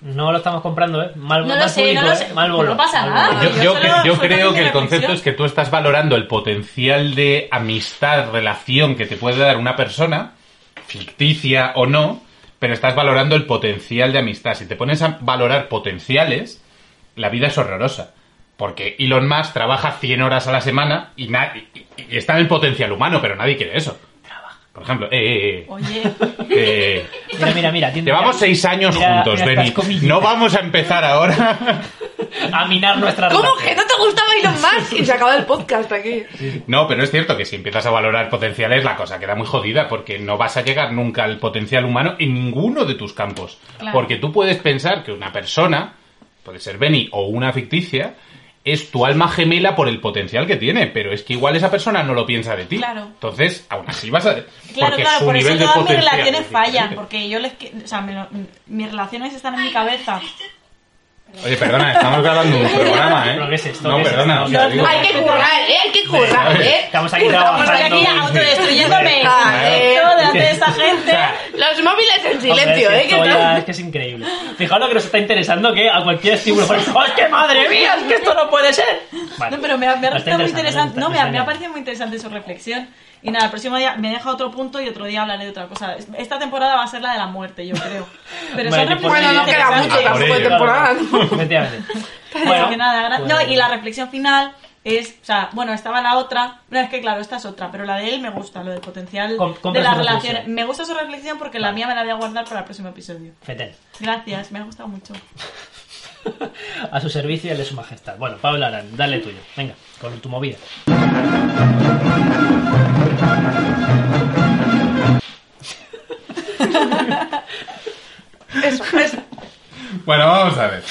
A: No lo estamos comprando, ¿eh? Mal,
B: No lo
A: mal
B: sé,
A: público,
B: no lo
A: ¿eh?
B: sé.
A: Mal bolo.
F: No pasa
A: mal
F: nada.
A: bolo.
C: Yo,
B: yo
C: yo
B: solo-
C: cre- yo
B: solo
C: creo
B: también
C: que el
B: la
C: concepto
B: reflexión.
C: es que tú estás valorando el potencial de amistad, relación que te puede dar una persona, ficticia o no, pero estás valorando el potencial de amistad. Si te pones a valorar potenciales, la vida es horrorosa. Porque Elon Musk trabaja 100 horas a la semana y, na- y- y- y está en el potencial humano, pero nadie quiere eso. Por ejemplo, eh, eh,
B: Oye,
C: eh, eh,
A: Mira, mira, mira. tiene-
C: llevamos seis años
A: mira-
C: juntos,
A: mira estas
C: Denis.
A: comillitas.
C: No vamos a empezar ahora.
A: A minar nuestra
D: ¿Cómo
A: relación.
D: que no te gustaba Elon Musk? Y se acaba el podcast aquí.
C: No, pero es cierto que si empiezas a valorar potenciales, la cosa queda muy jodida porque no vas a llegar nunca al potencial humano en ninguno de tus campos.
B: Claro.
C: Porque tú puedes pensar que una persona, puede ser Benny o una ficticia, es tu alma gemela por el potencial que tiene, pero es que igual esa persona no lo piensa de ti.
B: Claro.
C: Entonces, aún así vas a.
B: claro,
C: porque
B: claro,
C: su
B: por eso
C: nivel de
B: todas mis
C: potencial
B: relaciones
C: es diferente.
B: fallan, porque yo les... que- O sea, me lo- mis relaciones están en mi cabeza.
C: Oye, perdona, estamos grabando un programa, ¿eh?
A: Progreses,
C: no,
A: progreses,
C: perdona, o sea,
A: no,
C: digo-
D: Hay que currar, ¿eh? Hay que currar, ¿eh?
A: Estamos aquí
D: Estamos
B: Estoy
A: trabajando.
B: aquí autodestruyéndome.
D: Ah, eh.
B: Todo delante de esta gente.
D: Los móviles en
A: Hombre, es
D: silencio,
A: que
D: ¿eh? Que
A: esto
D: no-
A: ya- es que es increíble. Fijaos lo que nos está interesando, que a cualquier estímulo... ¡Oh, es que madre mía! ¡Es que esto no puede ser! Vale.
B: No, pero me ha, me ha
A: No, está
B: resultado
A: interesante,
B: muy interesante. No, me
A: está
B: ha, me ha
A: interesante.
B: parecido muy interesante su reflexión. Y nada, el próximo día me deja otro punto y otro día hablaré de otra cosa. Es- Esta temporada va a ser la de la muerte, yo creo. Pero son
A: Vaya, que por
B: reflexiones
D: Bueno, no
B: interesantes.
D: queda mucho
C: Ah, por
D: tampoco de
C: ello.
D: temporada. ¿no?
A: Efectivamente.
B: Pero que nada, gra- no, y la reflexión final es, o sea, bueno, estaba la otra, no es que claro, esta es otra, pero la de él me gusta, lo del potencial
A: Com-
B: de
A: compra
B: las
A: su reflexión.
B: relaciones. Me gusta su reflexión porque la mía me la voy a guardar para el próximo episodio.
A: Fetel.
B: Gracias, me ha gustado mucho.
A: A su servicio y al de su majestad. Bueno, Pablo Arán, dale tuyo. Venga, con tu movida.
D: Eso, eso.
C: Bueno, vamos a ver.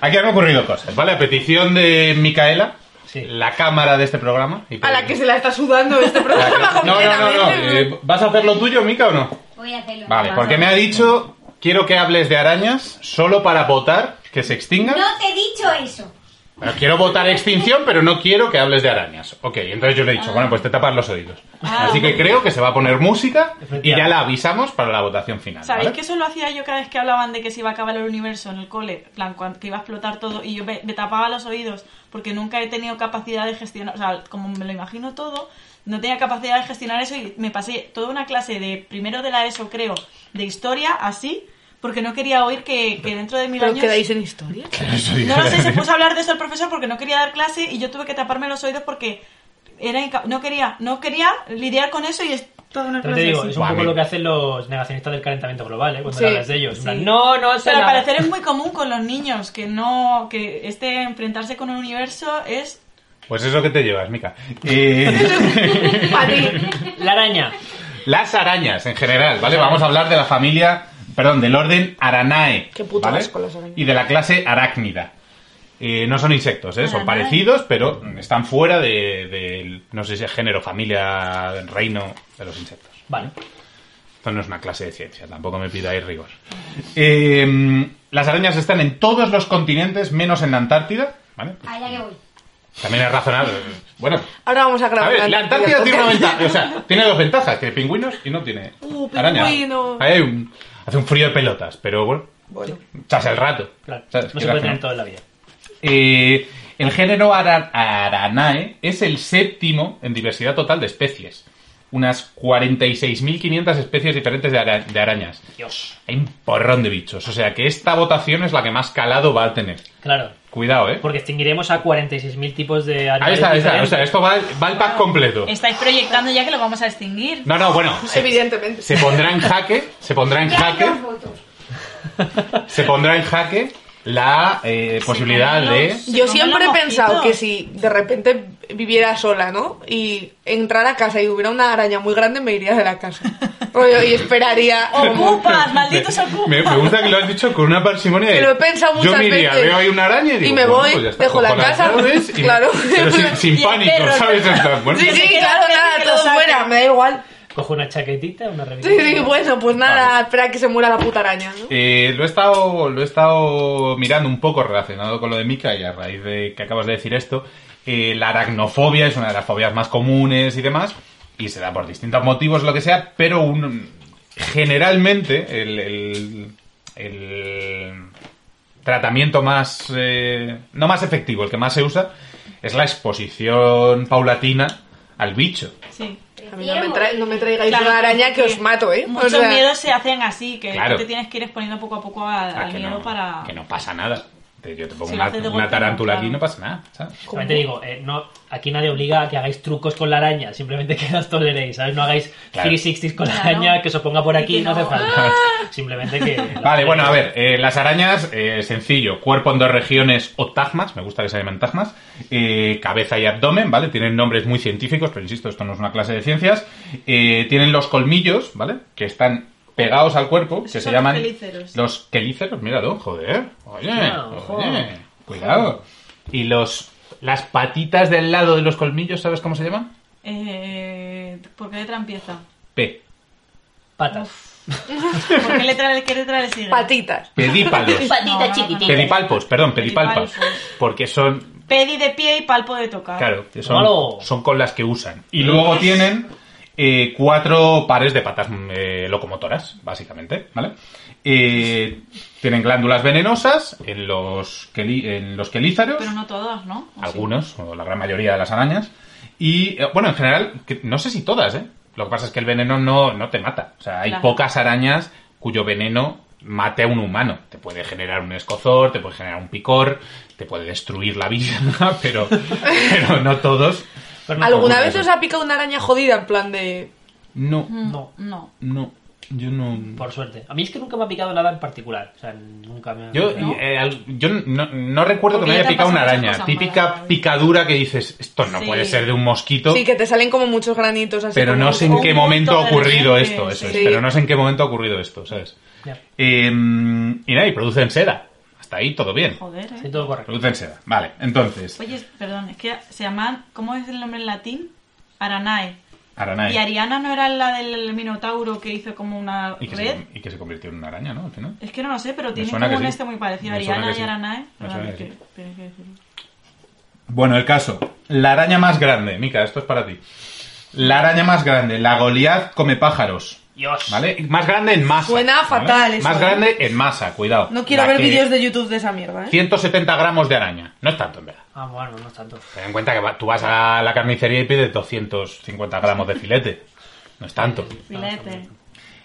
C: Aquí han ocurrido cosas, ¿vale? A petición de Micaela,
A: Sí.
C: la cámara de este programa. y
D: A la que se la está sudando este
C: la que-
D: programa
C: No, no, no, no.
D: completamente.
C: Eh, ¿Vas a hacer lo tuyo, Mica, o no?
F: Voy a hacerlo.
C: Vale, porque me ha dicho, quiero que hables de arañas solo para votar que se extingan.
F: No te he dicho eso.
C: Bueno, quiero votar extinción, pero no quiero que hables de arañas. Ok, entonces yo le he dicho, bueno, pues te tapas los oídos.
B: Ah.
C: Así que creo que se va a poner música y ya
A: Efectivamente.
C: la avisamos para la votación final.
B: ¿Sabéis
C: ¿vale?
B: que eso lo hacía yo cada vez que hablaban de que se iba a acabar el universo en el cole? En plan, cuan- que iba a explotar todo y yo me, me tapaba los oídos porque nunca he tenido capacidad de gestionar, o sea, como me lo imagino todo, no tenía capacidad de gestionar eso y me pasé toda una clase de, primero de la ESO creo, de historia así, porque no quería oír que, que dentro de mil
D: Pero
B: años...
D: quedáis en historia.
C: Eso digo.
B: No lo sé, se puso a hablar de eso el profesor porque no quería dar clase y yo tuve que taparme los oídos porque era inca- no quería no quería lidiar con eso y es toda una
A: Pero
B: clase
A: te digo,
B: así.
A: es un
C: Buah,
A: poco
C: mira.
A: lo que hacen los negacionistas del calentamiento global, ¿eh? Cuando
D: Sí,
A: hablas de ellos. En plan,
B: sí.
A: No, no, sé
B: Pero al
A: nada".
B: parecer es muy común con los niños que no que este enfrentarse con el universo es
C: Pues eso que te llevas, Mica. Eh,
D: A ti.
A: La araña.
C: Las arañas en general, ¿vale? Vamos a hablar de la familia, perdón, del orden Aranae.
D: Qué puto
C: ¿vale?
D: asco las arañas.
C: Y de la clase Arácnida. Eh, no son insectos, ¿eh? Son
B: Aranae.
C: parecidos, pero están fuera de, del, no sé si es género, familia, reino de los insectos.
A: Vale.
C: Esto no es una clase de ciencia, tampoco me pidáis Em, rigor. Eh, las arañas están en todos los continentes, menos en la Antártida. ¿Vale?
F: Allá que voy.
C: También es razonable. Bueno,
D: Ahora vamos a
C: a
D: grabar.
C: ver, la Antártida tiene una
D: entonces.
C: ventaja. O sea, tiene dos ventajas: tiene pingüinos y no tiene
D: Uh,
C: araña.
D: pingüinos.
C: Ahí hay un- hace un frío de pelotas, pero bueno,
D: Bueno,
C: chas el rato.
A: Claro,
C: ¿Sabes?
A: no
C: Que
A: se puede
C: razonable.
A: tener todo en la vida.
C: Eh, el género Ara- Aranae es el séptimo en diversidad total de especies. Unas 46.500 especies diferentes de, ara- de arañas.
A: Dios.
C: Hay un porrón de bichos. O sea que esta votación es la que más calado va a tener.
A: Claro,
C: Cuidado, ¿eh?
A: porque extinguiremos a 46.000 tipos de
C: Ahí
A: animales
C: está, ahí está. O
A: diferentes.
C: sea, esto va, va el pack completo.
B: Estáis proyectando ya que lo vamos a extinguir.
C: No, no, bueno. Se,
D: evidentemente.
C: se pondrá en jaque. Se pondrá en
F: Ya hay
C: jaque.
F: dos votos.
C: Se pondrá en jaque la eh, posibilidad de.
B: Se
D: Yo
B: come
D: siempre he
B: los
D: pensado
B: mosquitos.
D: que si de repente viviera sola, ¿no? Y entrara a casa y hubiera una araña muy grande, me iría de la casa. Rollo, y esperaría.
B: ¡Ocupas! ¡Malditos ocupas!
C: Me, me gusta que lo has dicho con una parsimonia. de-
D: Que lo he pensado
C: Yo
D: muchas
C: me iría,
D: veces.
C: veo ahí una araña y digo,
D: me
C: bueno,
D: voy,
C: pues ya está,
D: dejo la
C: cojo las
D: casa,
C: llaves y-
D: claro.
C: Pero sin, sin
B: Y el
C: pánico,
B: perro,
C: ¿sabes? En plan, bueno,
D: Sí,
B: Que se
D: sí,
B: quede
D: claro,
B: feliz
D: nada,
B: que lo
D: todo
B: saque.
D: fuera, me da igual.
A: Cojo una chaquetita, una revista.
D: Sí, sí, bueno, pues nada, espera que se muera la puta araña, ¿no?
C: eh, lo, he estado, lo he estado mirando un poco relacionado con lo de Mika y a raíz de que acabas de decir esto, eh, la aracnofobia es una de las fobias más comunes y demás, y se da por distintos motivos, lo que sea, pero un- generalmente el- el- el tratamiento más eh, no más efectivo, el que más se usa es la exposición paulatina al bicho.
B: Sí.
D: A mí no me, tra- no me traigáis una araña que
B: porque
D: os mato, ¿eh?
B: Muchos
D: O sea,
B: miedos se hacen así, que
C: Claro.
B: te tienes que ir exponiendo poco a poco al,
C: Ah,
B: al
C: que,
B: miedo
C: no,
B: para...
C: que no pasa nada. Te- Yo te pongo
B: Si lo
C: una,
B: haces de
C: una
B: golpe, no,
C: tarántula aquí y
B: claro.
C: no pasa nada. ¿sabes?
A: También te digo, eh, no, aquí nadie obliga a que hagáis trucos con la araña, simplemente que las toleréis, ¿sabes? No hagáis
C: Claro.
A: 360 con la
B: Claro.
A: araña, que se ponga por
B: Y
A: aquí,
B: que
A: no hace
B: no.
A: falta. Simplemente que...
C: Vale, bueno, a ver, eh, las arañas, eh, sencillo, cuerpo en dos regiones o tagmas, me gusta que se llamen tagmas, eh, cabeza y abdomen, ¿vale? Tienen nombres muy científicos, pero insisto, esto no es una clase de ciencias. Eh, tienen los colmillos, ¿vale? Que están pegados al cuerpo, que
B: Esos
C: se
B: son
C: llaman...
B: los quelíceros.
C: Los quelíceros, míralo, joder. Oye,
A: Cuidado,
C: oye,
A: ojo.
C: cuidado. Y los... Las patitas del lado de los colmillos, ¿sabes cómo se llaman?
B: Eh, ¿Por qué letra empieza?
C: P.
A: Patas.
B: ¿Por qué letra, qué letra le sigue?
D: Patitas.
C: Pedípalos.
B: No, no, no.
F: Patita chiquitita.
C: pedipalpos, perdón, pedipalpos.
B: Pedipalpos.
C: Porque son
B: Pedi de pie y palpo de tocar.
C: Claro, que son,
A: Tómalo.
C: son con las que usan. Y luego tienen eh, cuatro pares de patas eh, locomotoras, básicamente, ¿vale? Eh, tienen glándulas venenosas en los, queli- en los quelíceros,
B: Pero no todos, ¿no? ¿O sí?
C: algunos, o la gran mayoría de las arañas. Y, eh, bueno, en general, que- no sé si todas, ¿eh? Lo que pasa es que el veneno no, no te mata. O sea, hay
B: Claro.
C: pocas arañas cuyo veneno mate a un humano. Te puede generar un escozor, te puede generar un picor, te puede destruir la vida, pero, pero no todos.
A: Pero no
D: ¿Alguna
C: no,
D: vez
C: no.
D: os ha picado una araña jodida en plan de...
C: No,
A: No,
B: Mm, No.
C: no, yo no.
A: por suerte. A mí es que nunca me ha picado nada en particular. O sea, nunca me ha...
C: Yo,
A: no.
C: eh, al- yo no, no recuerdo
B: Porque
C: que me
B: ya
C: haya
B: te
C: picado
B: han
C: una
B: pasado muchas
C: araña.
B: cosas
C: Típica
B: malas.
C: picadura que dices, esto no
B: Sí.
C: puede ser de un mosquito,
D: Sí, que te salen como muchos granitos así.
C: pero
D: como-
C: no sé en
B: un
C: qué
B: gusto
C: momento ha
B: de
C: ocurrido
B: repente,
C: esto, eso es,
D: sí.
C: pero no sé en qué momento ha ocurrido esto, ¿sabes?
A: Ya,
C: Eh, y nada, y producen seda. Hasta ahí todo bien.
B: Joder,
A: sí,
B: ¿eh?
A: todo correcto.
C: Producen seda. Vale, entonces,
B: Oye, perdón, es que se llaman... ¿Cómo es el nombre en latín? Aranae. Y
C: Aranae.
B: Ariana no era la del Minotauro que hizo como una
C: Y que,
B: red.
C: se, y que se convirtió en una araña, ¿no? Al final.
B: Es que no lo sé, pero tiene
C: suena
B: como
C: que
B: un
C: sí.
B: este muy parecido.
C: Me
B: Ariana
C: suena que
B: y
C: sí.
B: Aranae.
C: Me
B: Perdón,
C: suena
B: es
C: que Ah,
B: que- tienes que decirlo.
C: Bueno, el caso. La araña más grande. Mica, esto es para ti. La araña más grande. La Goliath come pájaros.
A: Dios.
C: ¿Vale? Más grande en masa.
D: Suena
C: ¿vale?
D: fatal eso,
C: Más
D: ¿eh?
C: grande en masa, cuidado.
D: No quiero
C: La
D: ver
C: que-
D: vídeos de YouTube de esa mierda, ¿eh?
C: 170 gramos de araña. No es tanto, en verdad.
A: Ah, bueno, no es tanto.
C: Ten en cuenta que va- tú vas a la carnicería y pides 250 gramos de filete. No es tanto.
B: Filete.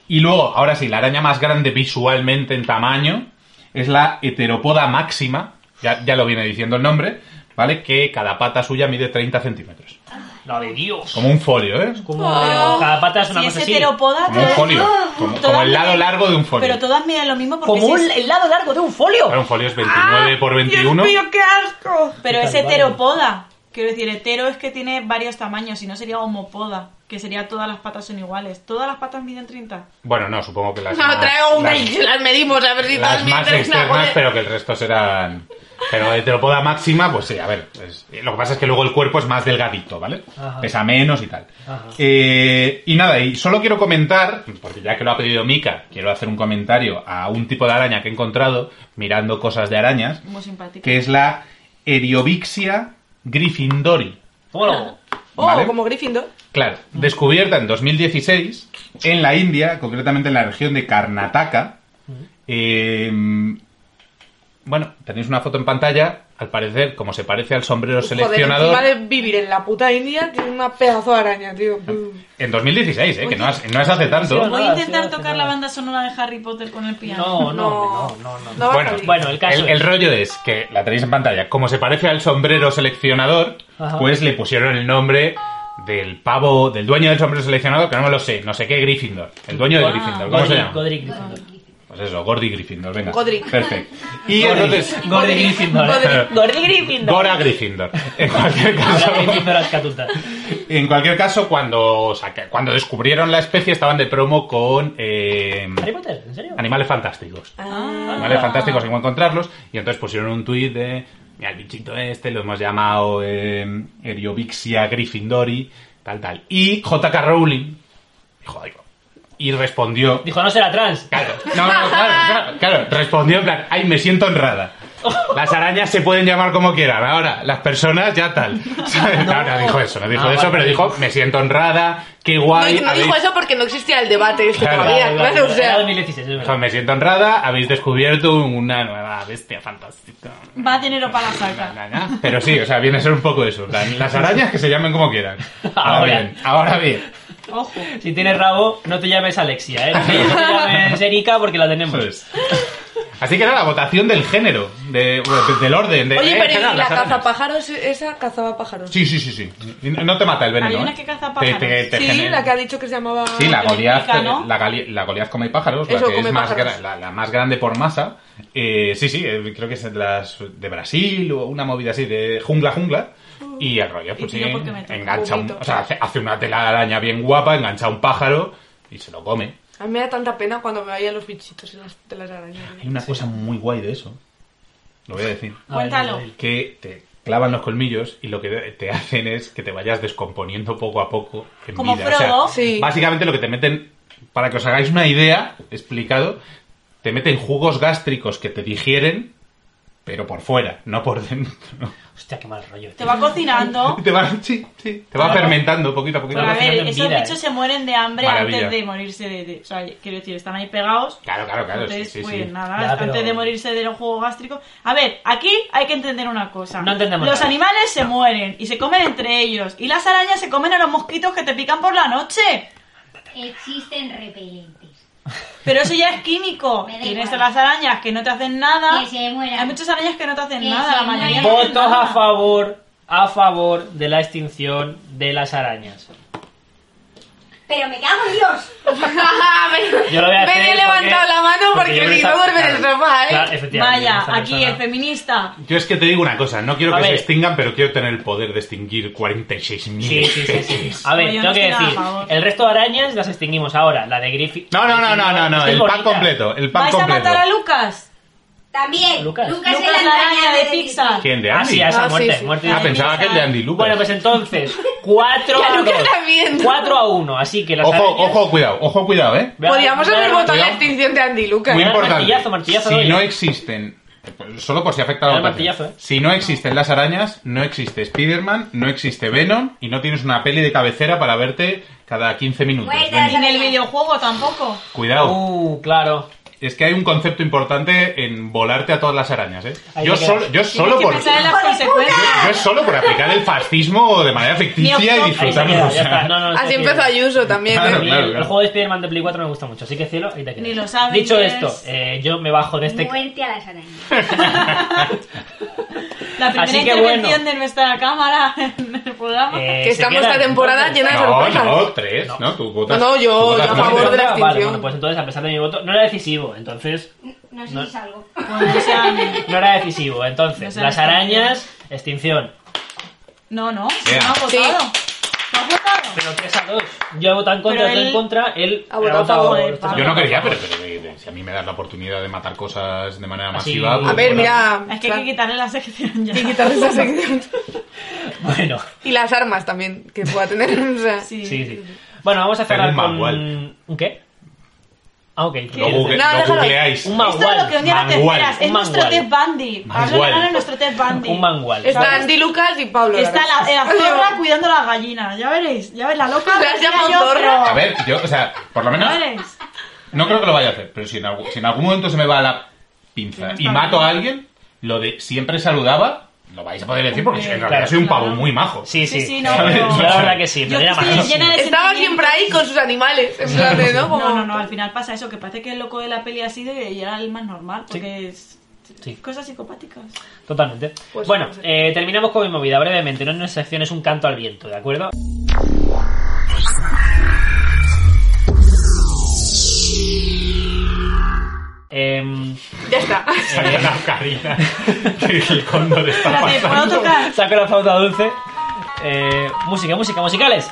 C: Y luego, ahora sí, la araña más grande visualmente en tamaño es la heteropoda máxima. Ya, ya lo viene diciendo el nombre, ¿vale? Que cada pata suya mide 30 centímetros.
A: La de Dios.
C: Como un folio, ¿eh?
A: Como cada pata es una
B: Si
A: cosa
B: es
A: así.
B: heteropoda,
C: Como un
B: todas-
C: folio. Como, como
B: ¡Ah! todas
C: el lado
B: miden-
C: largo de un folio.
B: Pero todas miden lo mismo porque
A: Como
B: si
A: un-
B: es-
A: el lado largo de un
C: Claro,
A: folio.
C: un folio es 29 por 21.
D: Ah, Dios mío, qué asco.
B: Pero es
A: Tal, vale.
B: heteropoda. Quiero decir, hetero es que tiene varios tamaños, si no sería homopoda, que sería todas las patas son iguales. Todas las patas miden 30.
C: Bueno, no, supongo que las
D: No,
C: más-
D: traigo una
C: las-
D: y las medimos a ver si
C: las
D: todas bien
C: más externas, pero que el resto serán... Pero de teropoda máxima, pues sí, a ver. es- Lo que pasa es que luego el cuerpo es más delgadito, ¿vale?
A: Ajá.
C: Pesa menos y tal.
A: Ajá.
C: Eh, y nada, y solo quiero comentar, porque ya que lo ha pedido Mika, quiero hacer un comentario a un tipo de araña que he encontrado mirando cosas de arañas,
B: Muy simpático.
C: que es la Eriovixia Gryffindori.
A: ¡Wow!
D: Oh,
C: ¿vale?
D: como Gryffindor.
C: Claro,
A: Mm.
C: descubierta en 2016 en la India, concretamente en la región de Karnataka.
A: Mm.
C: Eh, bueno, tenéis una foto en pantalla. Al parecer, como se parece al sombrero seleccionador.
D: Joder, encima de vivir en la puta India, tiene una pedazo de araña, tío.
C: En 2016, ¿eh? que no es, no es hace tanto.
B: Voy a
A: nada,
B: intentar
A: sí, no hace
B: tocar
A: nada.
B: la banda sonora de Harry Potter con el piano.
A: No, no, no, no, no.
D: No va
C: Bueno,
D: a salir.
A: Bueno, el caso
C: El,
A: es-
C: el rollo es que la tenéis en pantalla. Como se parece al sombrero seleccionador,
A: Ajá.
C: pues le pusieron el nombre del pavo, del dueño del sombrero seleccionador, que no me lo sé, no sé qué, Gryffindor. El dueño de
A: Ah,
C: Gryffindor, ¿cómo se
A: Godric,
C: llama?
A: Godric Gryffindor.
C: Pues eso, Gordy Gryffindor, venga.
D: Godric.
C: Perfecto. Y
A: Godric,
C: entonces,
A: Godric Gryffindor.
D: Godric.
A: Godric Gryffindor.
C: Gora Gryffindor. En cualquier caso,
A: Godric Gryffindor Azcatuta.
C: en cualquier caso cuando, saca- cuando descubrieron la especie estaban de promo con eh,
A: Harry Potter, ¿en serio?
C: animales fantásticos.
D: Ah.
C: Animales fantásticos y cómo encontrarlos. Y entonces pusieron un tuit de. Mira, el bichito este lo hemos llamado eh, Eriovixia Gryffindori, tal, tal. Y J.K. Rowling dijo algo. Y respondió.
A: Dijo, no será trans.
C: Claro, no, no, claro, claro, claro. Respondió en plan, ay, me siento honrada. Las arañas se pueden llamar como quieran. Ahora, las personas ya tal. ¿Sabes? No, no dijo eso, no dijo
A: Ah,
C: eso,
A: vale,
C: pero
A: vale.
C: dijo, me siento honrada, qué
D: No,
C: guay.
D: y no dijo
C: habéis-
D: eso porque no existía el debate este
C: Claro.
D: todavía,
A: Vale, vale,
D: claro, o
A: era
D: sea.
A: 2016, es
C: Dijo,
A: verdad.
C: me siento honrada, habéis descubierto una nueva bestia fantástica.
B: Va a dinero para la
C: Na,
B: saca.
C: na, na. Pero sí, o sea, viene a ser un poco eso. en plan, Las arañas que se llamen como quieran.
A: Ahora.
C: bien, ahora bien.
B: Ojo.
A: Si tienes rabo, no te llames Alexia, ¿eh? No te llames Erika porque la tenemos.
C: Eso es. Así que era la votación del género, de, bueno, del orden. De,
D: Oye,
C: eh,
D: pero
C: general,
D: ¿y la
C: las arañas.
D: cazapájaros? Esa cazaba pájaros.
C: Sí, sí, sí, sí. Y No no te mata el veneno.
B: Hay una
C: ¿eh?
B: que caza pájaros.
C: Te- te- te
D: Sí,
C: genera-
D: la que ha dicho que se llamaba.
C: Sí, la
B: que le
C: Goliath,
B: pica, ¿no?
C: la, Gali- la Goliath come pájaros,
D: Eso,
C: la que
D: come
C: es más
D: pájaros.
C: gra- la, la más grande por masa. Eh, sí, sí, eh, creo que es de las de Brasil o una movida así de jungla jungla. Y el rollo, pues
B: Y
C: sí,
B: tiro porque me toca.
C: engancha un,
D: Bonito.
C: o sea, hace, hace una telaraña bien guapa, engancha un pájaro y se lo come.
D: A mí me da tanta pena cuando me vayan los bichitos en las, de las arañas.
C: Hay una cosa muy guay de eso. Lo voy a decir.
A: A ver,
B: Cuéntalo.
A: a ver.
C: Que te clavan los colmillos y lo que te hacen es que te vayas descomponiendo poco a poco en
B: Como
C: vida. O sea,
B: Frodo.
D: Sí.
C: Básicamente lo que te meten, para que os hagáis una idea, explicado, te meten jugos gástricos que te digieren, pero por fuera, no por dentro.
A: Hostia, qué mal rollo.
B: Te
A: tío.
B: va cocinando.
C: Y te va, sí, sí, te va
A: Claro.
C: fermentando poquito a poquito.
B: Ah, Pero a ver,
A: cocinando en
B: esos
A: vida,
B: bichos
A: eh.
B: se mueren de hambre
C: Maravilla.
B: antes de morirse de, de- O sea, quiero decir, están ahí pegados.
C: Claro, claro, claro. Sí,
B: Entonces,
C: sí,
B: pues
C: sí.
B: nada,
A: Ya,
B: antes
A: pero-
B: de morirse del juego gástrico. A ver, aquí hay que entender una cosa.
A: No entendemos
B: Los
A: nada.
B: animales se mueren y se comen entre ellos. Y las arañas se comen a los mosquitos que te pican por la noche.
F: Existen repelentes.
B: Pero eso ya es químico.
F: Me da
B: Tienes a
F: igual.
B: las arañas que no te hacen nada.
F: Que se mueran.
B: Hay muchas arañas que no te hacen
F: Que
B: nada. La
F: se
B: mayoría no
F: mueran.
B: hacen
A: Votos
B: nada.
A: a favor, a favor de la extinción de las arañas.
F: Pero me cago en Dios.
A: Yo lo voy a hacer
D: Me he levantado
A: porque-
D: la mano
A: porque yo
D: porque,
A: me
D: si
A: está-
D: no duerme en el
A: claro.
D: sofá, ¿eh?
A: Claro, efectivamente.
B: Vaya,
A: esta
B: aquí el
A: persona-
B: feminista.
C: Yo es que te digo una cosa, no quiero
A: A
C: que
A: ver.
C: se extingan, pero quiero tener el poder de extinguir 46.000
A: Sí, sí, sí, sí.
C: especies.
A: A ver,
B: No, Pues yo
A: tengo
B: no
A: que
B: estoy nada a
A: decir,
B: favor.
A: el resto de arañas las extinguimos ahora. La de Griffith.
C: No, no, no, no, no, no, el pack completo, el pack
B: ¿Vais a
C: completo.
B: matar a Lucas?
F: También.
A: Lucas.
F: es
B: Lucas,
F: el
B: la araña
F: entrañable
B: de
F: Disney.
B: Pixar.
C: ¿Quién de
A: Ah,
C: Andy?
A: sí, a esa
D: Ah, sí,
A: muerte,
D: sí.
A: muerte.
C: Ah, pensaba que el de Andy Lucas.
A: Bueno, pues entonces, 4
D: Ya,
A: a
D: Lucas
A: 2.
D: también.
A: 4 a 1, así que las
C: Ojo,
A: arañas...
C: ojo, cuidado, ojo, cuidado, ¿eh?
A: Voy a-
D: Podríamos
A: voy a-
D: haber
A: voy a-
D: votado la extinción de Andy Lucas.
C: Muy
A: Voy a dar
C: importante.
A: martillazo, martillazo,
C: si
A: doy,
C: no
A: eh.
C: existen, pues, solo por si afecta a
A: Voy
C: la
A: a dar
C: votación.
A: martillazo, eh.
C: Si no existen las arañas, no existe Spider-Man, no existe Venom y no tienes una peli de cabecera para verte cada 15 minutos.
F: Buenas.
C: Venga,
B: Y en el videojuego tampoco.
C: Cuidado.
A: Uh, claro.
C: Es que hay un concepto importante en volarte a todas las arañas, ¿eh?
A: Ahí
C: Yo
A: te
C: solo, yo solo
B: Tienes que
C: por...
B: pensar en las
F: ¡Hijo de
B: consecuencias.
C: Yo es solo por aplicar el fascismo de manera
B: Ni
C: ficticia
B: opción.
C: y
A: Ahí se
C: disfrutarlo.
A: queda,
C: o
A: ya
C: sea.
A: está. No, no, no,
D: Así
A: sí,
D: empezó
A: sí.
D: Ayuso también,
C: Ah, Claro.
D: ¿eh?
A: Y El, el juego de Spider-Man de Play 4 me gusta mucho, así que cielo, ahí te quedas.
B: Ni lo saben,
A: Dicho
B: yes.
A: esto, eh, yo me bajo de este.
F: Muerte a las arañas.
B: La primera
A: Así que
B: intervención
A: bueno.
B: de nuestra cámara en el programa.
A: eh,
D: Que
A: se
D: estamos
A: quedan.
D: esta temporada
A: Entonces,
D: llena de
C: No,
D: sorpresas.
C: no, tres, ¿no? Tú votas-
D: No, no, yo-
C: tú votas
D: yo a
C: tres.
D: favor de la
A: Vale,
D: extinción.
A: bueno, pues entonces, a pesar de mi voto, no era decisivo, entonces.
F: No sé
A: No.
F: si salgo.
B: Bueno, o sea,
A: No era decisivo, entonces.
B: No
A: las
B: sabes
A: arañas, extinción.
B: no, no,
C: Yeah.
B: no ha votado.
D: Sí.
B: No ha votado.
A: Pero 3 a 2. Yo he votado en contra,
B: Pero
A: tú en
B: él
A: contra, él
D: ha votado a favor,
A: tú has
D: Pablo.
C: Yo no
A: votado a
C: quería,
A: favor.
C: pero, pero, pero, si a mí me das la oportunidad de matar cosas de manera
A: Así-
C: masiva... pues
A: A
D: A ver, mira.
B: Es que hay que quitarle la sección ya.
D: hay que quitar esa sección.
A: Bueno,
D: Y las armas también que pueda tener. O sea,
B: Sí.
A: sí, sí. Bueno, vamos a
C: Pero
A: cerrar
C: un
A: con.
C: manual.
A: ¿Un qué? Ah, ok.
C: Lo,
A: quiero
C: google-
A: decir.
D: No,
C: lo
D: déjalo.
C: googleáis.
A: Un
B: Esto es lo que un día no te
C: Mangual.
B: esperas. Es
A: Un
B: nuestro
A: manual.
B: Ted Bundy. Vamos a
C: Manual.
B: ganar a nuestro Ted Bundy.
A: Un manual.
D: Está
B: ¿Sabes?
D: Andy Lucas y Pablo.
B: Está
D: Larraz.
B: la, la zorra cuidando las gallinas. Ya veréis. Ya ves la loca.
D: La has
B: decía
D: llamado
B: yo,
D: zorra.
B: pero-
C: A ver, yo, o sea, por lo menos
B: Ya veréis.
C: No creo que lo vaya a hacer, pero si en algún, si en algún momento se me va la pinza y mato a alguien, lo de siempre saludaba, lo vais a poder decir porque en realidad
A: claro,
C: soy un pavo
B: claro.
C: muy majo.
A: Sí, sí.
B: Sí, sí, no,
A: Yo
C: pero-
A: La verdad que sí,
B: Yo
A: pero era
B: estoy
A: majísimo.
B: llena de
D: Estaba
B: sentimientos.
D: siempre ahí con sus animales. En plan de, ¿no? Como-
B: No, no, no, al final pasa eso, que parece que el loco de la peli ha sido y era el más normal, porque es
A: Sí.
B: cosas psicopáticas.
A: Totalmente.
D: Pues
A: bueno,
D: no sé.
A: eh, terminamos con mi movida brevemente. No es una sección, es un canto al viento, ¿de acuerdo? Em,
D: Ya está.
C: Saca la carina que el cóndor está
B: Espérate, ¿puedo
C: pasando.
B: tocar?
A: saco la pauta dulce. Eh, música, música, musicales.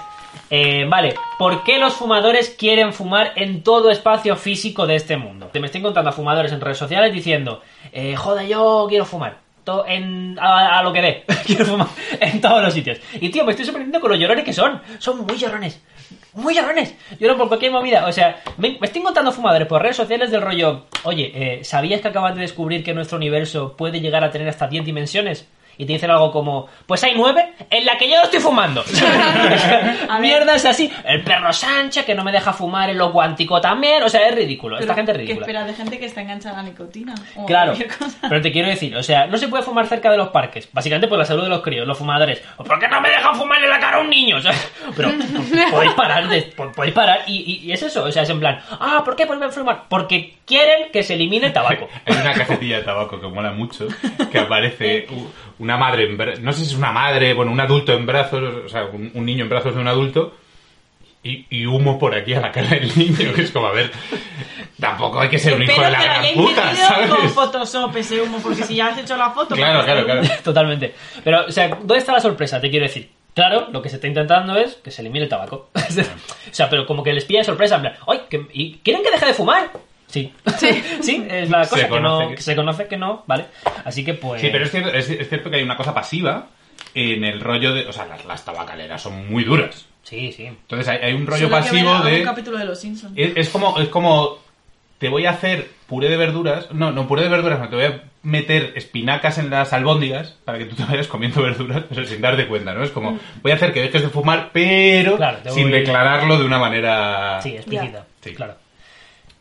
A: Eh, vale, ¿por qué los fumadores quieren fumar en todo espacio físico de este mundo? Te me estoy encontrando a fumadores en redes sociales diciendo, eh, joder, yo quiero fumar. To- en- a, a lo que dé, quiero fumar en todos los sitios. Y tío, me estoy sorprendiendo con los llorones que son. Son muy llorones. Muy llorones. Lloran por cualquier movida. O sea, me, me estoy encontrando fumadores por redes sociales del rollo. Oye, eh, ¿sabías que acabas de descubrir que nuestro universo puede llegar a tener hasta 10 dimensiones? Y te dicen algo como, pues hay nueve en la que yo no estoy fumando.
B: ver.
A: Mierda es así. El perro Sánchez que no me deja fumar, el loco antico también. O sea, es ridículo. Esta
B: Pero,
A: gente es
B: ¿Qué
A: ridícula.
B: esperas de gente que está enganchada a la nicotina? O
A: Claro,
B: cualquier cosa.
A: pero te quiero decir, o sea, no se puede fumar cerca de los parques, básicamente por la salud de los críos, los fumadores. "Pues, ¿Por qué no me dejan fumar en la cara a un niño? O sea, pero podéis parar, de- po- podéis parar, y, y- y es eso, o sea, es en plan, ah, ¿por qué vuelven a fumar? Porque quieren que se elimine el tabaco.
C: Hay una cajetilla de tabaco que mola mucho, que aparece u- una madre en bra- no sé si es una madre, bueno, un adulto en brazos, o sea, un, un niño en brazos de un adulto, y, y humo por aquí a la cara del niño, que es como, a ver, tampoco hay que ser un hijo
B: Espero
C: de
B: que
C: la
B: lo
C: gran
B: hayáis
C: puta,
B: metido con
C: ¿sabes?
B: Photoshop ese humo, porque si ya has hecho la foto...
C: Claro,
B: pues,
C: claro, claro.
A: Totalmente. Pero, o sea, ¿dónde está la sorpresa? Te quiero decir. Claro, lo que se está intentando es que se elimine el tabaco. o sea, pero como que les pilla de sorpresa, en plan, ¡ay! que- ¿y ¿Quieren que deje de fumar? Sí. Sí, es la cosa
C: Se
A: que, no,
C: conoce que-
A: que se conoce que no, ¿vale? Así que pues.
C: Sí, pero es cierto, es, es cierto que hay una cosa pasiva en el rollo de. O sea, las, las tabacaleras son muy duras.
A: Sí, sí.
C: Entonces hay, hay un rollo
B: solo que
C: pasivo
B: ver algún
C: de.
B: capítulo de Los Simpsons.
C: Es, es como. Es como. Te voy a hacer puré de verduras. No, no, puré de verduras, no. Te voy a meter espinacas en las albóndigas para que tú te vayas comiendo verduras, pero sin darte cuenta, ¿no? Es como, voy a hacer que dejes de fumar, pero
A: Claro, te
C: sin
A: voy-
C: declararlo de una manera.
A: Sí, explícita.
C: Ah. Sí.
A: Claro.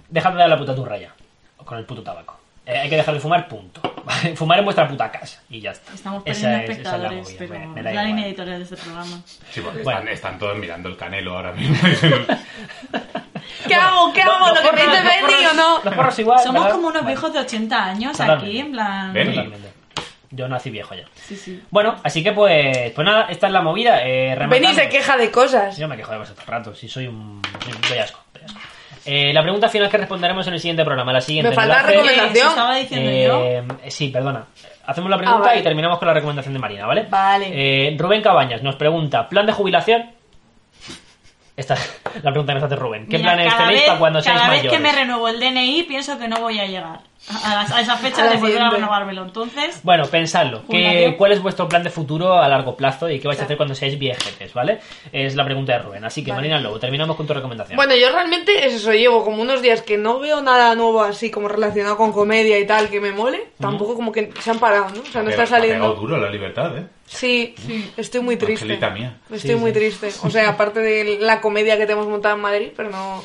A: Dejad de dar la puta raya Con el puto tabaco. Eh, hay que dejar de fumar, punto. ¿Vale? Fumar en vuestra puta casa. Y ya está.
B: Estamos
A: Esa
B: perdiendo
A: es- esa es la
B: espectadores,
A: movida,
B: pero
A: me- me
B: es
A: da
B: la línea
A: igual.
B: editorial de este programa.
C: Sí, porque
A: Bueno.
C: están, están todos mirando el canelo ahora mismo.
D: ¿Qué hago? ¿Qué hago? ¿Lo que me dice
A: Los
D: Benny
A: porros-
D: o no?
A: Los porros igual.
B: Somos
A: ¿verdad?
B: como unos
A: Bueno.
B: viejos de 80 años
A: Totalmente.
B: aquí, en plan...
C: Ven.
A: Totalmente. Yo nací viejo ya.
B: Sí, sí.
A: Bueno, así que pues, pues nada, esta es la movida. Eh,
D: Benny
A: rematamos.
D: se queja de cosas.
A: Yo me quejo de vosotros rato, si soy un. soy un- doy asco, doy asco. Eh, la pregunta final que responderemos en el siguiente programa, la siguiente.
D: Me falta
A: enlace.
D: recomendación.
B: Eh, eso estaba diciendo yo.
A: Eh, Sí, perdona. Hacemos la pregunta
D: Ah, vale.
A: y terminamos con la recomendación de Marina, ¿vale?
D: Vale.
A: Eh, Rubén Cabañas nos pregunta: ¿plan de jubilación? Esta es la pregunta que nos hace Rubén. ¿Qué
B: Mira,
A: planes
B: cada
A: tenéis
B: vez-
A: para cuando seáis
B: Cada
A: mayores?
B: vez que me renuevo el DNI pienso que no voy a llegar a, a las- a esa fecha
D: A la
B: de volver a
D: siguiente.
B: renovármelo. Entonces,
A: Bueno, pensadlo. ¿Qué,
B: Jubilación.
A: ¿Cuál es vuestro plan de futuro a largo plazo y qué vais a hacer cuando seáis viejetes, ¿vale? Es la pregunta de Rubén. Así que,
D: Vale.
A: Marina Lobo, terminamos con tu recomendación.
D: Bueno, yo realmente es eso, llevo como unos días que no veo nada nuevo así como relacionado con comedia y tal que me mole. Tampoco como que se han parado, ¿no? O sea, no está
C: Ha pegado
D: saliendo.
C: duro la libertad, ¿eh?
D: Sí, estoy muy triste.
C: Angelita mía.
D: Estoy muy triste. O sea, aparte de la comedia que tenemos montada en Madrid, pero no.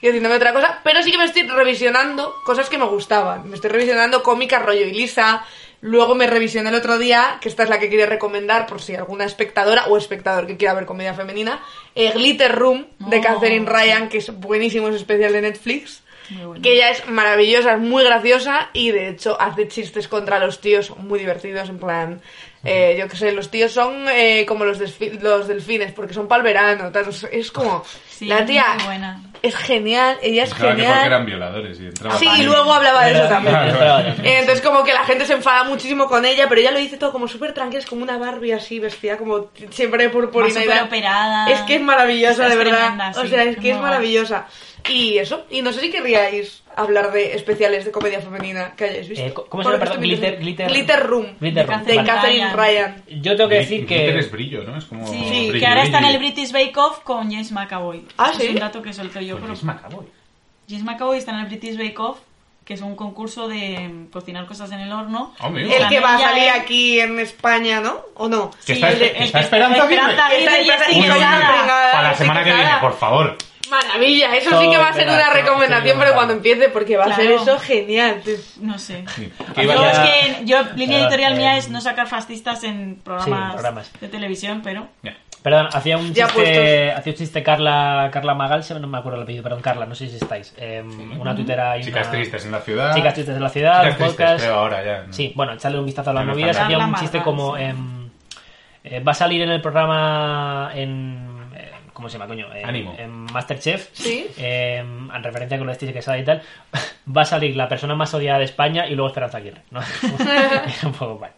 D: Quiero decirme otra cosa. Pero sí que me estoy revisionando cosas que me gustaban. Me estoy revisionando cómica rollo Elisa. Luego me revisioné el otro día, que esta es la que quería recomendar por si alguna espectadora o espectador que quiera ver comedia femenina. eh, Glitter Room de
B: Oh,
D: Catherine Ryan, que es buenísimo, es especial de Netflix.
B: Muy bueno.
D: Que ella es maravillosa, es muy graciosa y de hecho hace chistes contra los tíos muy divertidos, en plan, eh, yo qué sé, los tíos son eh, como los, desfi- los delfines porque son para el verano, tal, es- es como,
B: Sí,
D: la tía
B: muy buena.
D: es genial, ella es
C: Pensaba que porque eran
D: genial.
C: violadores y entraba.
D: Sí,
C: Vale.
D: y luego hablaba de eso también.
C: Claro.
D: Eh, Entonces como que la gente se enfada muchísimo con ella, pero ella lo dice todo como súper tranquila, es como una Barbie así, vestida como t- siempre de purpurina
B: Va
D: y tal.
B: superoperada.
D: Es que es maravillosa,
B: Es
D: de verdad.
B: tremenda,
D: o
B: sí,
D: sea, es
B: es
D: que es
B: muy
D: maravillosa. Y eso, y no sé si querríais hablar de especiales de comedia femenina que hayáis visto.
A: Eh, ¿cómo se llama,
D: Porque
A: perdón?
D: estoy muy
A: Glitter-
D: interesada.
A: Glitter-
D: Glitter Room.
A: Glitter
B: de
A: Room,
D: De
B: Vale.
D: Catherine Ryan.
A: Yo tengo que decir
C: Glitter
A: que.
C: es brillo, ¿no? Es como.
B: Sí,
C: brillo,
B: que ahora está en el
C: brillo.
B: British Bake Off con James McAvoy.
D: Ah,
B: Eso Es
D: ¿sí?
B: un dato que solté yo,
C: Pues
B: pero
C: es McAvoy.
B: James McAvoy está en el British Bake Off, que es un concurso de mm, cocinar cosas en el horno.
C: Ah, Amigo.
B: Y
D: El
B: la
D: que va a
B: novia
D: salir
B: es-
D: aquí en España, ¿no? ¿O no?
C: Que está-
B: el de-
C: que
B: el
C: está
B: que-
C: Esperanza
B: Esperanza
D: Aguirre.
B: Aguirre y
D: Está
B: Steven
D: Uy, uy, uy.
B: Seagal.
C: Para la semana que viene,
D: Nada.
C: por favor.
D: Maravilla, eso sí
A: Todo
D: que va a ser
A: pedazo,
D: una recomendación, pero
A: sí,
D: cuando empiece, porque va a ser
B: Claro.
D: eso genial. tío.
B: No sé.
C: Que
B: Yo,
C: iba
A: Vaya-
B: es
C: ya-
B: que yo, línea editorial
A: eh,
B: mía es no sacar fascistas en programas,
A: programas.
B: de televisión, pero...
C: Ya.
A: Perdón, hacía un
D: Ya
A: chiste, hacía un chiste Carla, Carla Magal, se- no me acuerdo el apellido, perdón, Carla, no sé si estáis. Eh, Una tuitera y
C: Chicas
A: una-
C: tristes en la ciudad.
A: Chicas tristes de la ciudad,
C: Chicas
A: podcast.
C: tristes, creo ahora ya. ¿no?
A: Sí, bueno, echarle un vistazo a las
C: Ya no
A: movidas.
C: está.
A: Había un
B: Carla
A: chiste
B: Margal,
A: como.
B: sí.
A: em, eh, va a salir en el programa. En, eh, ¿Cómo se llama, coño? En,
C: Ánimo.
A: en Masterchef.
D: Sí.
A: Em, en referencia con lo de Steve Quesada y tal. Va a salir la persona más odiada de España y luego Esperanza Aguirre. ¿no? es un poco mal.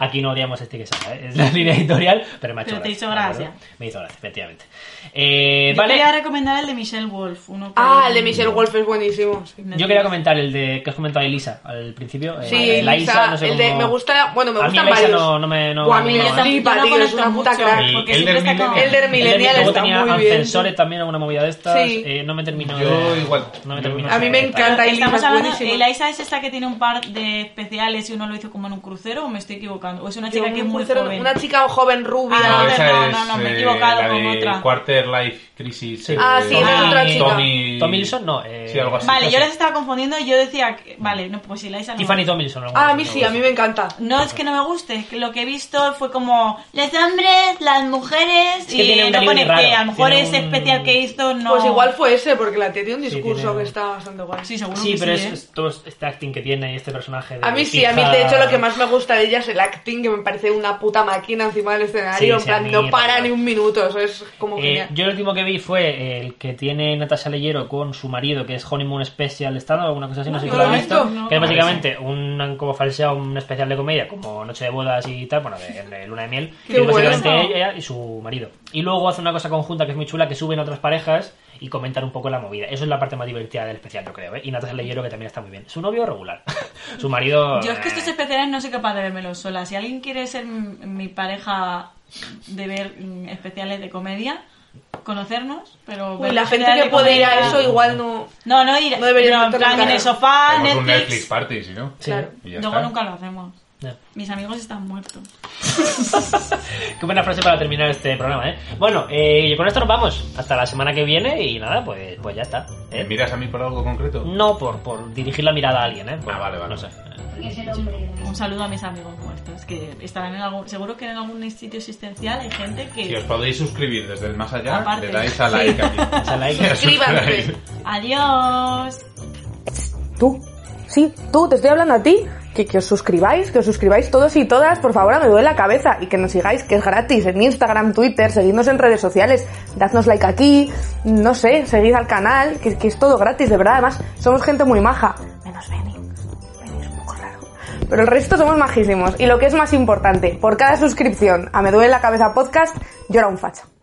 A: Aquí no odiamos a Steve Quesada, ¿eh? es la línea editorial, pero me ha hecho
B: Pero te hizo
A: ¿de acuerdo?
B: gracia.
A: Me hizo gracia, efectivamente. Eh,
B: Yo
A: vale.
B: quería recomendar el de Michelle Wolf. Uno que-
D: Ah, el de Michelle Wolf es buenísimo. sí.
A: Yo quería comentar el de que has comentado Elisa al principio. eh,
D: Sí,
A: la
D: Lisa,
A: Isa, no sé
D: el de
A: cómo-
D: me gusta, bueno, me
A: A mí
D: gustan
A: la Isa
D: varios.
A: no, no me. No,
D: Buah, a
A: no,
D: mí me
A: no, no.
D: flipa,
B: yo
D: tío, es
B: conecto
D: una puta
B: mucho,
D: crack.
B: porque
C: El-
B: siempre
C: el
B: está
C: del
B: como-
D: El del Millennial
A: Luego
D: está
A: tenía
D: muy bien.
A: Ascensores también, alguna movida de estas.
D: Sí.
A: Eh, no me termino
C: Yo
A: de-
C: igual.
A: No me
C: Yo
A: termino
C: no sé.
D: A mí me
A: de-
D: encanta Elisa,
B: Estamos
D: es
B: hablando,
D: buenísimo.
B: eh, la Isa es esta que tiene un par de especiales y uno lo hizo como en un crucero, o me estoy equivocando. O es una chica
D: Yo,
B: que es
D: un
B: muy
D: cero-
B: joven.
D: Una chica joven rubia.
B: Ah,
C: No,
B: no,
C: esa
B: no,
C: es,
B: no, no, me he
C: eh,
B: equivocado
C: la
B: con
C: de
B: otra.
C: Quarter Life Crisis. eh,
D: Ah, sí,
C: Tommy-
B: es otra
A: chica.
C: Tommy...
A: Tomilson, no. Eh,
C: Sí, algo así.
B: Vale, yo
C: sí.
B: les estaba confundiendo y yo decía, que- vale, no, pues si la Isa no.
A: Tiffany Tomilson. alguna
D: Ah, a
A: vez,
D: mí
A: ¿no?
D: sí, a mí me encanta.
B: No es que no me guste, es que lo que he visto fue como los hombres, las mujeres
A: Es que tiene
B: y
A: un
B: no
A: delivery
B: pone que
A: raro,
B: a lo mejor
A: tiene
B: ese
A: un-
B: especial que hizo no.
D: Pues igual fue ese, porque la tía tiene un
A: Sí,
D: discurso
A: tiene-
D: que está bastante guay.
B: Sí, seguro
A: Sí,
B: que
A: pero
B: sí,
A: es,
B: ¿eh?
A: es todo este acting que tiene y este personaje. De
D: A mí sí, a mí
A: hija-
D: de hecho lo que más me gusta de ella es el acting, que me parece una puta máquina encima del escenario,
A: Sí,
D: en
A: sí, a
D: plan,
A: mí
D: no para
A: también.
D: ni un minuto, eso es como
A: Eh,
D: genial.
A: yo el último que vi fue el que tiene Natasha Leyero con su marido, que es Honeymoon Special Standard o alguna cosa así, no, sé
D: no
A: si
D: lo
A: lo
D: he
A: has visto.
D: visto, no.
A: que es básicamente un, han como falseado un especial de comedia, como Noche de Bodas y tal, bueno, de, de Luna de Miel.
D: Qué
A: que es básicamente
D: bueno.
A: ella y su marido. Y luego hace una cosa conjunta que es muy chula, que suben otras parejas y comentan un poco la movida. Eso es la parte más divertida del especial, yo creo, ¿eh? Y Natasha Leyero que también está muy bien. Su novio regular. su marido...
B: Yo es que estos
A: eh,
B: especiales no soy capaz de vérmelos sola. Si alguien quiere ser m- mi pareja de ver mm, especiales de comedia, conocernos, pero...
D: Uy,
B: ver
D: la gente
B: especiales
D: que
B: de
D: puede ir a
B: comedia-
D: eso igual no...
B: No, no ir,
D: no debería
B: pero en
D: meterlo
B: plan
D: nunca.
B: en el sofá,
C: Tenemos un Netflix
B: Netflix...
C: Party, si no.
A: sí.
D: Claro.
C: Y ya
B: Luego
C: está.
B: nunca lo hacemos.
A: Ya.
B: Mis amigos están muertos.
A: Qué buena frase para terminar este programa, ¿eh? Bueno, eh, y con esto nos vamos. Hasta la semana que viene y nada, pues, pues ya está. ¿eh?
C: ¿Me miras a mí por algo concreto?
B: Mm.
A: No por, por dirigir la mirada a alguien, ¿eh? Por-
C: Ah, vale, vale.
A: No sé.
F: Porque es el hombre de la-
B: Un saludo a mis amigos muertos, que estarán en algún... Seguro que en algún sitio existencial hay gente
C: Si os
B: que...
C: podéis suscribir desde el más allá,
B: Aparte.
C: le dais a like aquí.
A: O sea, la hay que-
D: Suscríbanse.
B: Adiós.
G: Tú. Sí, tú, te estoy hablando a ti. Que, que os suscribáis, que os suscribáis todos y todas, por favor, me duele la cabeza. Y que nos sigáis, que es gratis, en Instagram, Twitter, seguidnos en redes sociales, dadnos like aquí, no sé, seguid al canal, que, que es todo gratis, de verdad. Además, somos gente muy maja. Menos Benny. Benny es un poco raro. Pero el resto somos majísimos. Y lo que es más importante, por cada suscripción a Me duele la cabeza podcast, llora un facha.